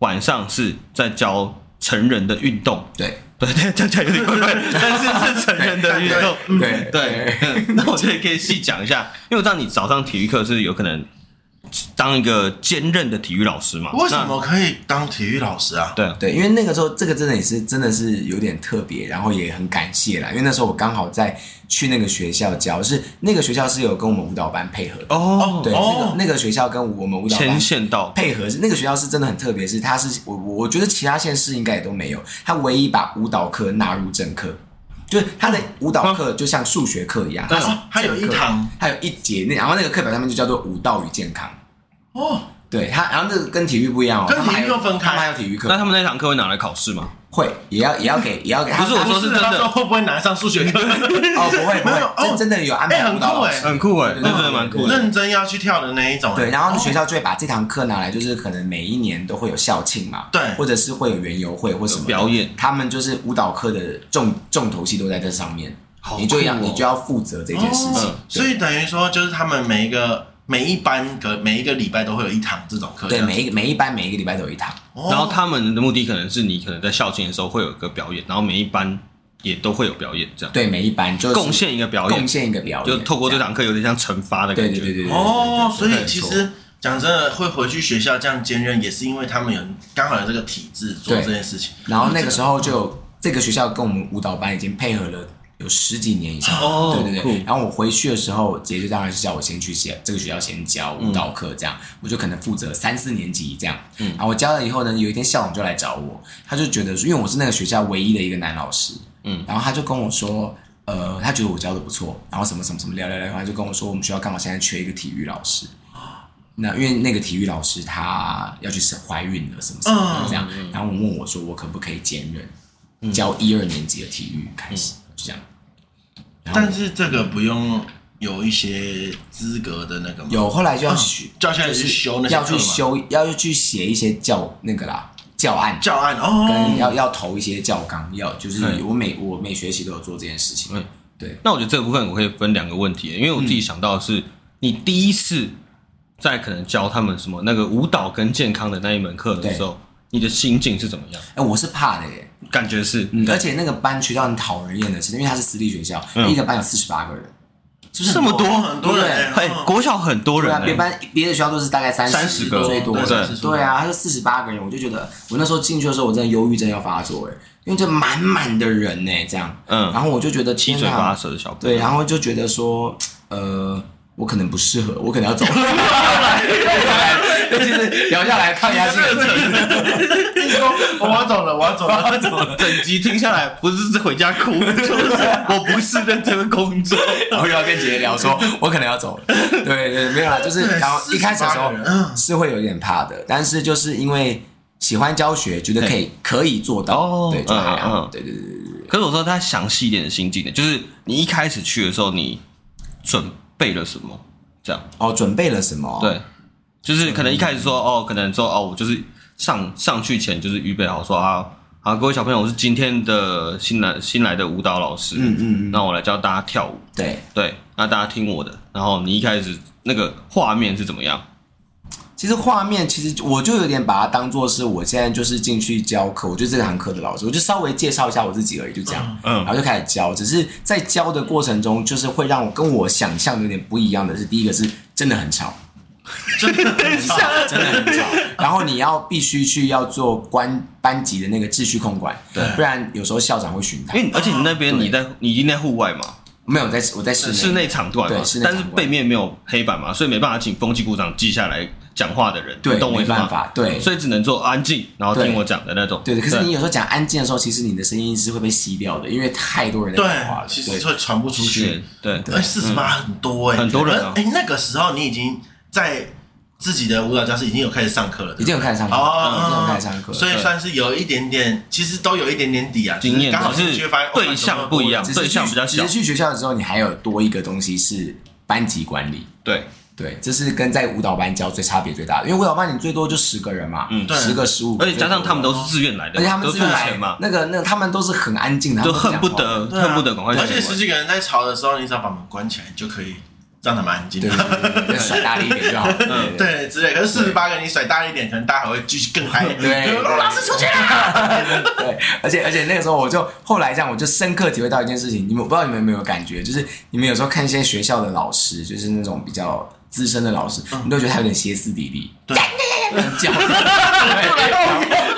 晚上是在教成人的运动。对对，这样讲起来有点怪怪，但是是成人的运动。对对，嗯 那我觉得可以细讲一下，因为我知道你早上体育课是有可能当一个兼任的体育老师嘛？ 为什么可以当体育老师啊？那？对，对，因为那个时候这个真的也是真的是有点特别，然后也很感谢啦，因为那时候我刚好在去那个学校教，是那个学校是有跟我们舞蹈班配合的。哦，对，哦那个那个学校跟我们舞蹈班牵线到配合是那个学校是真的很特别，是它是我我我觉得其他县市应该也都没有，它唯一把舞蹈课纳入正课，就是它的舞蹈课就像数学课一样，它是哦它有一堂它有一节那然后那个课表上面就叫做舞蹈与健康。哦，对他，然后这个跟体育不一样哦，跟他们还体育又分开他们还有体育那课，他们那堂课会拿来考试吗？会也要也要给也 要给，不是我说是真到时候的，会不会拿上数学课？哦，不会 不没有会，哦真真的有安哎排很舞蹈酷老哎师很酷哎，那欸对真的蛮酷的。认真要去跳的那一种。对，然后学哦校就会把这堂课拿来，就是可能每一年都会有校庆嘛，哦对或者是会有园游会或什么的表演，他们就是舞蹈课的重重头戏都在这上面，好你就要酷哦嗯你就要负责这一件事情，哦所以等于说就是他们每一个每一班隔每一个礼拜都会有一堂这种课。对，每一个每一班每一个礼拜都有一堂，哦然后他们的目的可能是你可能在校庆的时候会有一个表演，然后每一班也都会有表演，这样对，每一班就是贡献一个表贡演，献一个表演，就透过这样堂课有点像惩罚的对感对对觉。对对哦，所以其。对对对对对没错实讲真的，会回去学校这样兼任，也是因为他们有刚好有这个体制做对这件事情。然后那个时候就有这个学校跟我们舞蹈班已经配合了有十几年以上，哦对对对酷。然后我回去的时候，姐姐当然是叫我先去写这个学校先教舞蹈课，这样、我就可能负责三四年级这样。嗯，然后我教了以后呢，有一天校长就来找我，他就觉得说，因为我是那个学校唯一的一个男老师，嗯，然后他就跟我说。呃，他觉得我教的不错，然后什么什么什么聊聊聊，他就跟我说，我们学校刚好现在缺一个体育老师，那因为那个体育老师她要去生怀孕了什么什啊么的这样，然后我问我说我可不可以兼任教一二年级的体育开始，就这样。然后但是这个不用有一些资格的那个吗？有后来就要去啊教练就去是修那些要课去吗修，要去写一些教那个啦教案，教案跟哦，要要投一些教纲，要就是嗯我每我每学期都有做这件事情嗯。对，那我觉得这个部分我可以分两个问题，因为我自己想到的是，你第一次在可能教他们什么那个舞蹈跟健康的那一门课的时候，你的心境是怎么样？哎，我是怕的耶，感觉是嗯而且那个班学校很讨人厌的是，因为它是私立学校，嗯一个班有四十八个人，是不是这么多很多人嘿，国小很多对人啊，欸，别班别的学校都是大概三30个最多对30对啊，他就四十八个人，我就觉得我那时候进去的时候，我真的忧郁症要发作哎、因为这满满的人呢、这样，嗯然后我就觉得七天嘴八哪，舌的小朋对，友。然后就觉得说，呃，我可能不适合，我可能要走了，就是聊下来看一 下这个 哦我要走了，我要走了，整集听下来，不是回家哭，就是我不是认真工作。然后又要跟姐姐 聊说，我可能要走了。对对对，没有啦，就是对然后一开始的时48候个人嗯是会有点怕的，但是就是因为喜欢教学，觉得可以可以做哦到，对，就还嗯嗯好嗯，对对对对对。可是我说他详细一点的心境呢，就是你一开始去的时候，你准备了什么？这样哦，嗯准备了什么？，对，就是可能一开始说哦，可能说哦，我就是上上去前就是预备好说啊。好，各位小朋友，我是今天的新来新来的舞蹈老师，嗯嗯嗯那我来教大家跳舞，对，对，那大家听我的。然后你一开始那个画面是怎么样？其实画面其实我就有点把它当做是我现在就是进去教课，我就是这堂课的老师，我就稍微介绍一下我自己而已，就这样，嗯然后就开始教。只是在教的过程中，就是会让我跟我想象的有点不一样的是，第一个是真的很吵，真的很吵。然后你要必须去要做关班级的那个秩序控管，对，不然有时候校长会巡因台。为而且你那边你在你已经在户外嘛，没有在我在室内，室内场段嘛对室，内场但段是背面没有黑板嘛，所以没办法请风纪股长记下来讲话的人，对你懂我意思吗没办法对所以只能做安静，然后对听我讲的那种。对对。可是你有时候讲安静的时候，其实你的声音是会被吸掉的，因为太多人在对讲话，了。其对实会传不出是去。，对，哎，四十八很多哎，很多人啊哎，那个时候你已经在自己的舞蹈教室已经有开始上课了，已经有开始上课，哦嗯，已经有开始上课，所以算是有一点点，其实都有一点点底啊，经验只是刚好只进是去发现对象不一样只是对象比较去小只是去学校的时候，你还有多一个东西是班级管理。对，对，这是跟在舞蹈班教最差别最大的，因为舞蹈班你最多就十个人嘛，嗯对十个十五，而且加上他们都是自愿来的，而且他们都自付己来钱嘛，那个那个他们都是很安静的，就他恨们不讲话的得对啊恨不得赶快讲而完。且十几个人在吵的时候，你只要把门关起来就可以让他们安静。对对对对对，甩大力一点就好。对对对，之类。可是四十八个，你甩大一点，可能大家还会继续更嗨。对就老师出去啊！对，而且而且那个时候我就后来这样，我就深刻体会到一件事情，你们我不知道你们有没有感觉，就是你们有时候看一些学校的老师，就是那种比较资深的老师，你都觉得他有点歇斯底里，对很叫，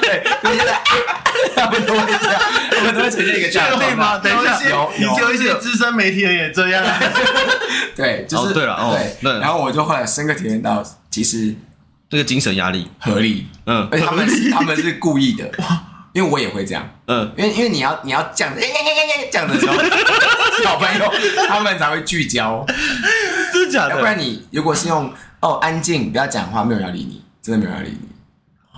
对，对，就是 他们都会这样，他们都会呈现一个这样的状况。等一下有有有一些资深媒体人也这样啊。对，就是哦对了哦对对。然后我就后来深刻体验到，其实这个精神压力，合理，嗯而且他们是他们是故 意的，因为我也会这样，嗯，因为因为你要你哎要这样子，这样的时候， 小朋友他们才会聚焦， 真的假要不然你如果是用哦安静不要讲话，没有人要理你，真的没有人理你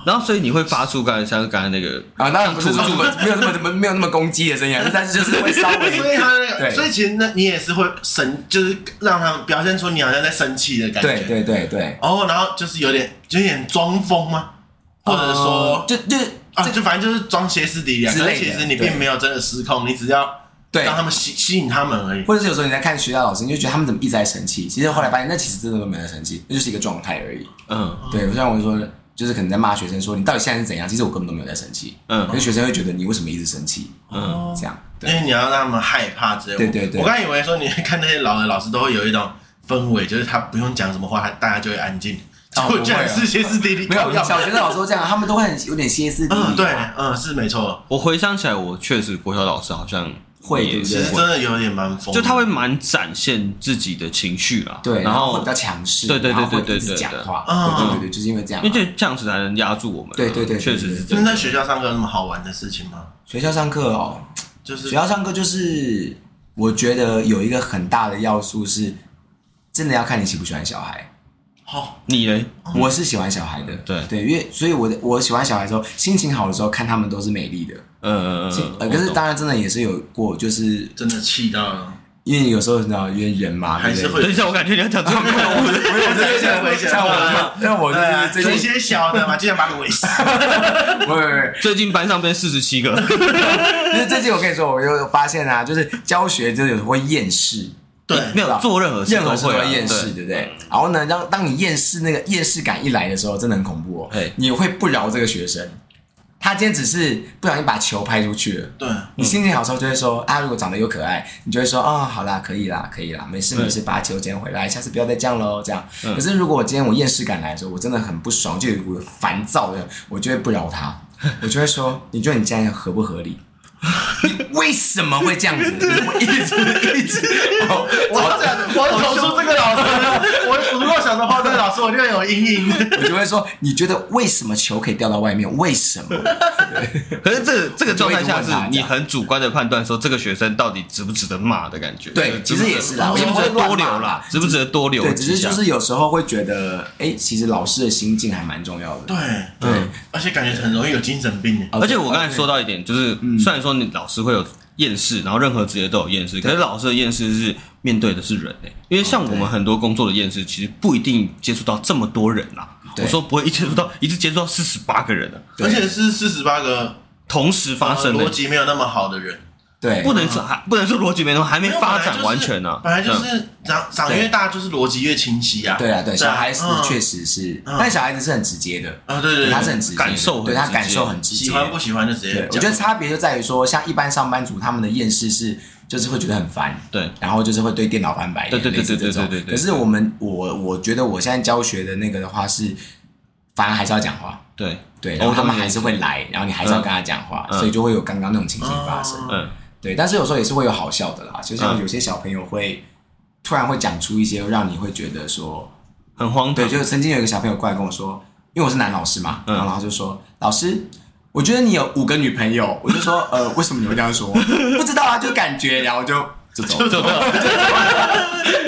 然后所以你会发出刚才像刚才那个啊。当然不是说像土著没有那么没有那么攻击的声音啊，但是就是会稍 所以微他那个，对所以其实那你也是会生，就是让他们表现出你好像在生气的感觉。对对对对，哦，然后就是有点，就有点装疯吗？或者说呃，就就啊，就反正就是装歇斯底里啊。之可类是的其实你对并没有真的失控，你只要对让他们吸吸引他们而已。或者是有时候你在看学校老师，你就觉得他们怎么一直在生气，其实后来发现那其实真的都没在生气，那就是一个状态而已。嗯对，我像我说，就是可能在骂学生说你到底现在是怎样，其实我根本都没有在生气，可嗯是学生会觉得你为什么一直生气，嗯，这样因对。为你要让他们害怕之类的。对对对我刚以为说你看那些老的老师都会有一种氛围，就是他不用讲什么话，他大家就会安静。结哦果居然不会啊是歇斯底里，没有要小学的老师都这样，他们都会很有点歇斯底里、嗯，对，嗯，是没错，我回想起来，我确实国小老师好像会也对不其是对实真的有点蛮疯的。就他会蛮展现自己的情绪啦，对，然会后比较强势，对对对然后会对一直对对讲对话，嗯对对对，就是因为这样嘛。啊因为就这样子才能压住我们啊，对对对对确实是这那样，在学校上课有什么好玩的事情吗？学校上课哦，就是学校上课就是我觉得有一个很大的要素是，真的要看你喜不喜欢小孩。好，你嘞，我是喜欢小孩的，嗯对对，因为所以我的我喜欢小孩的时候，心情好的时候看他们都是美丽的，嗯嗯嗯呃，嗯，可是我懂当然真的也是有过，就是真的气到了，因为有时候你知道，因为人嘛，还是对不会对等一下，我感觉你要讲这个， 像我像我像我对啊，就是有最一近，些小的嘛，就想把你围 死。不不不，最近班上变四十七个，就是最近我跟你说，我又发现啊，就是教学就是有时候会厌世，对，没有做任何事任何都事都会啊会厌世，对不对？然后呢，当当你厌世那个厌世感一来的时候，真的很恐怖哦嘿。你会不饶这个学生，他今天只是不小心把球拍出去了。对，你心情好的时候就会说啊，如果长得又可爱，你就会说啊、好啦，可以啦，可以啦，没事对没事，把球捡回来，下次不要再这样喽，这样。嗯可是如果我今天我厌世感来的时候，我真的很不爽，就有一股烦躁的，我就会不饶他，我就会说，你觉得你这样合不合理？你为什么会这样子？你怎么一直一直？哦我要讲，我要投诉这个老师， 我如果想说碰这个老师，我就会有阴影。我就会说，你觉得为什么球可以掉到外面？为什么？可是这这个状态下我就会一是直问他你很主观的判断说这个学生到底值不值得骂的感觉，对值其不值实得也是值啦不值我也得不会多留乱骂啦啊啦，值不值得多留对，只几是下就，是有时候会觉得，哎，其实老师的心境还蛮重要的。对，对，而且感觉很容易有精神病耶。而且我刚才说到一点，就是嗯虽然说你老师会有厌世，然后任何职业都有厌世，可是老师的厌世是面对的是人诶、因为哦像我们很多工作的厌世，其实不一定接触到这么多人啦。对嗯我说不会一接触到一次接触到四十八个人啊，对而啊且是四十八个呃同时发生哦的、逻辑没有那么好的人，对，不能说哦还不能说逻辑没那么还没发展完全呢、啊，本来就嗯是长长越大就是逻辑越清晰啊。对啊，对，小孩子嗯确实是，嗯但小孩子是很直接的，啊，对对对，他是很直接的，感受很对他直接感受很直接。喜欢不喜欢就直接对讲。，我觉得差别就在于说，像一般上班族他们的厌世是，就是会觉得很烦，对，然后就是会对电脑翻白眼，对对对类对似对这种对对对对可是我们，我我觉得我现在教学的那个的话是，反而还是要讲话，对对，哦然后他我懂们你还意思是会来，然后你还是要跟他讲话，嗯所以就会有刚刚那种情形发生。哦嗯对，但是有时候也是会有好笑的啦，就像嗯有些小朋友会突然会讲出一些让你会觉得说，很荒唐嗯对，，就是曾经有一个小朋友过来跟我说，因为我是男老师嘛，嗯然后他就说，老师，我觉得你有五个女朋友，我就说，呃，为什么你会这样说？ 不知道啊，就感觉，然后就就走了，走的然后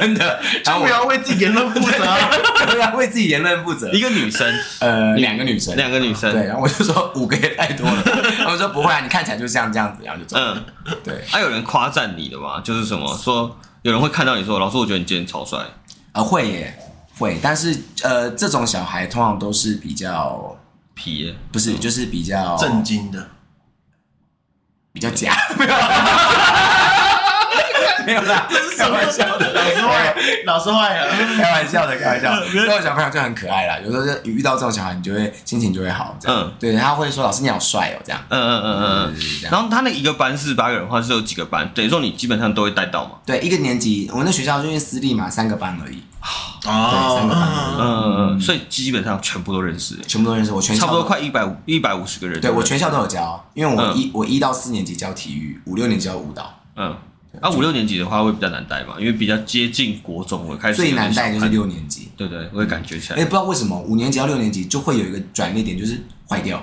真的，然后不要为自己言论 负责啊。我对啊为自己言论负责一，个女生，呃，两个女生，两个女生，对，然后我就说五个也太多了， 然后我说不会啊，你看起来就像这样子，然后就走了，嗯，对，还、有人夸赞你的吗？就是什么说有人会看到你说，老师，我觉得你今天超帅，啊会耶会，但是呃，这种小孩通常都是比较。皮耶、嗯不是，就是比较震惊的，比较 假，没有啦，开玩笑的，老师坏，老师坏了。开玩笑的，开玩笑。 这种小朋友就很可爱啦，有时候就遇到这种小孩，你就会心情就会好，这样。嗯对，他会说老师你好帅哦，这样。嗯嗯嗯嗯对嗯。对对这样然后他那一个班四十八个人的话是有几个班，等于说你基本上都会带到嘛。对，一个年级，我们那学校就是私立嘛，三个班而已，对哦三个班嗯嗯嗯，所以基本上全部都认识，全部都认识。我全差校不多都快一百五一百五十个人。对我全全校都有教，因为我嗯一我一到四年级教体育，五六年级教舞蹈，嗯。啊，五六年级的话会比较难带嘛，因为比较接近国中，我开始最难带有点哦就是小看六年级。对对，我也感觉起哎，来，不知道为什么五年级到六年级就会有一个转捩点，就是坏掉，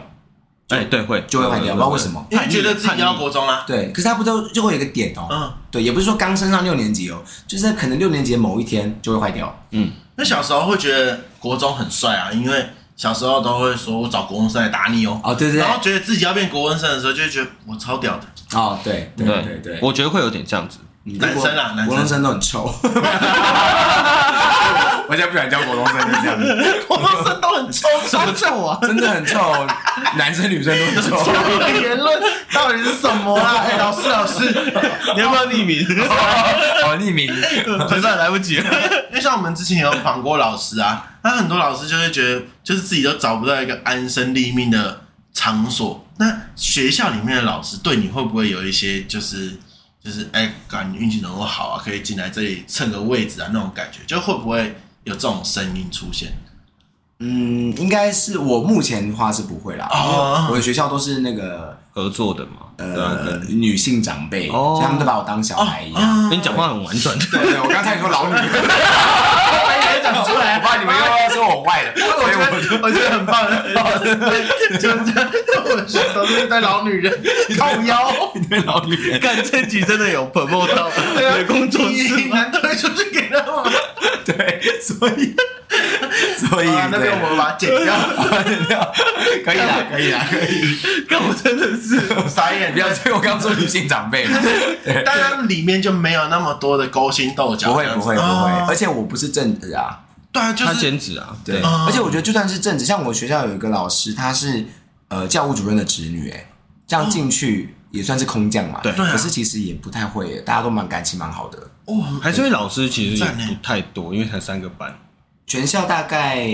哎，对，会就会坏掉，不知道为什么。因为觉得自己要国中啊啦。对，可是他不都就会有一个点哦，嗯对，也不是说刚升上六年级哦，就是可能六年级的某一天就会坏掉，嗯，那小时候会觉得国中很帅啊，因为小时候都会说我找国文生来打你哦，哦，对对然后对，觉得自己要变国文生的时候，就会觉得我超屌的。哦，对对对对哦对，我觉得会有点这样子。 男生啦男生国中生都很臭。 我现在不喜欢叫国中生就这样子，国中生都很臭，什么臭啊？ 真的很臭，哦男生女生都很 臭。你的言论到底是什么啊？哎，老师老师， 你要不要匿 名？ 哦，匿名，现在来不及了。因为像我们之前有访过老师啊，他很多老师就会觉得，就是自己都找不到一个安身立命的场所。那学校里面的老师对你会不会有一些就是就是哎，感觉运气怎么好啊，可以进来这里蹭个位置啊那种感觉，就会不会有这种声音出现？嗯，应该是我目前的话是不会啦，因哦为我的学校都是那个合作的嘛，对啊呃女性长辈，哦所以他们都把我当小孩一样。跟你讲话很婉转。对对，我刚才你说老女， 讲出来我怕你们又要说我坏了，所以哎我就 我觉得很棒，啊 就是这样 我觉得都是一堆老女人，靠腰，对老女人。干这集真的有 promo 到你对啊的工作室你吗？难道会出去给他们吗？对，所 以所以、啊那边我们把它剪 掉， 哦可 以啦，可以啦，可以。干我真的是傻眼不。要催我刚说女性长 辈嘛，当然里面就没有那么多的勾心斗角，不会不会不会，而且且我不是正职啊，哦对啊，就他是兼职啊，对，哦而且我觉得就算是正职，像我学校有一个老师，她是呃教务主任的侄女，哎，这样进去也算是空降嘛，对对啊可是其实也不太会耶，大家都蛮感情蛮好的，哇，还是因为老师其实也赞欸不太多，因为才三个班，全校大概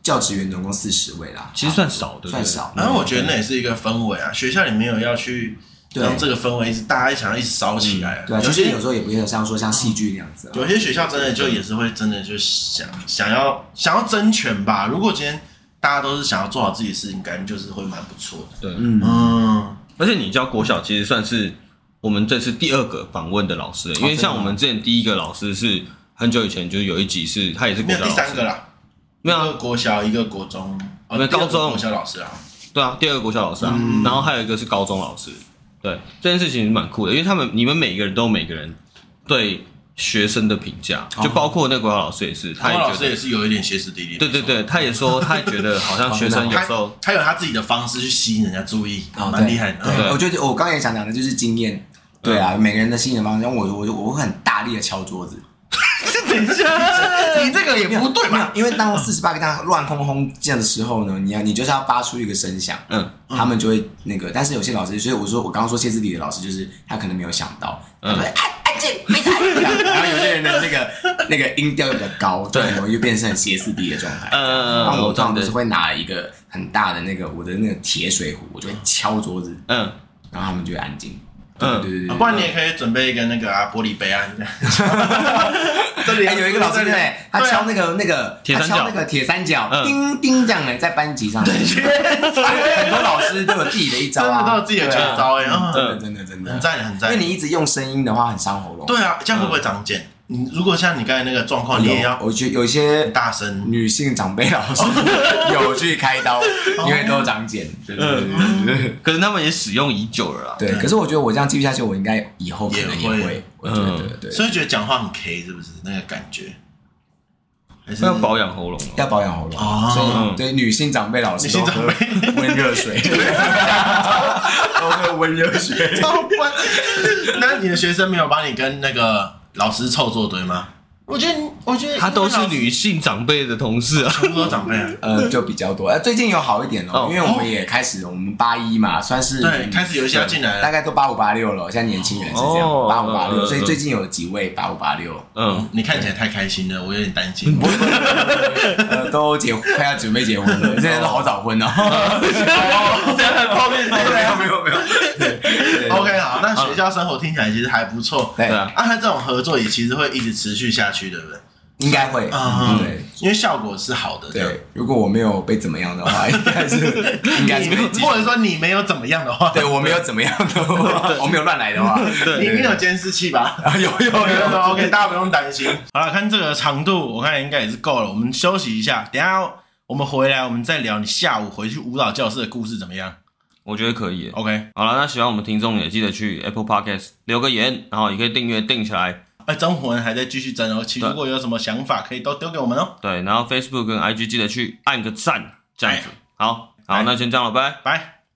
教职员总共四十位啦，其实算少的，算少。然后我觉得那也是一个氛围啊，学校里面有要去对让这个氛围一直大家想要一直烧起来啊，对啊，有其实些有时候也不像像说像戏剧那样子啊，有些学校真的就也是会真的就想想要想要争权吧。如果今天大家都是想要做好自己的事情，感觉就是会蛮不错的。对不对。对，嗯。嗯，而且你教国小其实算是我们这次第二个访问的老师了，因为真的像吗我们之前第一个老师是很久以前，就是有一集是他也是没国有小第老三个师，啦，没有一啊个国小，一个国中，哦没有第二个高中国小老师啊，对啊，第二个国小老师啊，嗯然后还有一个是高中老师，对这件事情是蛮酷的，因为他们你们每个人都有每个人对学生的评价，就包括那个国小老师也是，哦国他也小觉老得师也是有一点歇斯底里。对对对，他也说他也觉 得好像学生有时候他有他自己的方式去吸引人家注意，哦蛮厉害的。嗯对，对我觉得我刚才也想讲的就是经验。对啊，每个人的新的方向，我我我会很大力的敲桌子，等一下，你这个也不对没有嘛？，因为当四十八个这样乱哄哄这样的时候呢，你要你就是要发出一个声响，嗯，他们就会那个。但是有些老师，所以我说我刚刚说歇斯底里的老师，就是他可能没有想到，他说嗯安安静没事，哎这样然后有些人的那个那个音调又比较高，就很容易就变成很歇斯底里的状态。呃，那我通常都对是会拿一个很大的那个我的那个铁水壶，我就会敲桌子，嗯然后他们就会安静。对对嗯，对对啊，不然你也可以准备一个那个啊玻璃 杯啊，这里啊哎、有一个老师对不对，他敲那个、那个，铁他三角敲那个铁三角，嗯叮叮这样哎，在班级上面， 很多老师都有自己的一招真的啊，都有自己的绝招哎，啊真的真的嗯很真的，赞很因赞为。你一直用声音的话很伤喉咙。对啊，这样会不会长茧？你如果像你刚才那个状哦况，你也有，要我觉得有一些大声。女性长辈老 师有去开刀，因为都长茧。对对嗯对对对可能他们也使用已久了啦。对，可是我觉得我这样继续下去，我应该以后可能也也会会，我觉嗯得对，所以觉得讲话很 K 是不是？那个感觉，还是要保养喉咙哦，要保养喉咙，哦嗯所以对女性长辈老师女都性喝长辈温 热水， 都喝温热水。超乖。那你的学生没有帮你跟那个老师凑作对吗？我觉得，我觉得她都是，女性长辈的同事啊。全部都长辈啊。呃，就比较多。呃，最近有好一点哦，哦因为我们也开始，我们八一嘛，算是对，开始有一些要进来大了。概都八五八六了，现在年轻人是这样，哦八五八六，嗯所以嗯最近有几位八五八六， 嗯，你看起来太开心了，我有点担嗯心。呃，都结快要准备结婚了，现在都好早婚哦。 这样很泡面。没有没有没有，对 OK，好，那学校生活听起来其实还不错。对对啊啊，它这种合作也其实会一直持续下去，对不对？应该会，嗯对因为效果是好的，这样对。如果我没有被怎么样 的话，应该是应该是被记或者说你没有怎么样的话，对我没有怎么样的话，我没有乱来的话，你你有监视器吧？啊有 有有 OK，大家不用担心。好了，看这个长度，我看应该也是够了。我们休息一下，等一下我们回来，我们再聊你下午回去舞蹈教室的故事怎么样我觉得可以耶。 ？OK，好了，那喜欢我们听众也记得去 Apple Podcast 留个言，然后也可以订阅订起来。哎，征魂还在继续征哦，其实对如果有什么想法，可以都丢给我们哦。对，然后 Facebook 跟 IG 记得去按个赞，这样子。好，好，来那先这样了，拜。拜。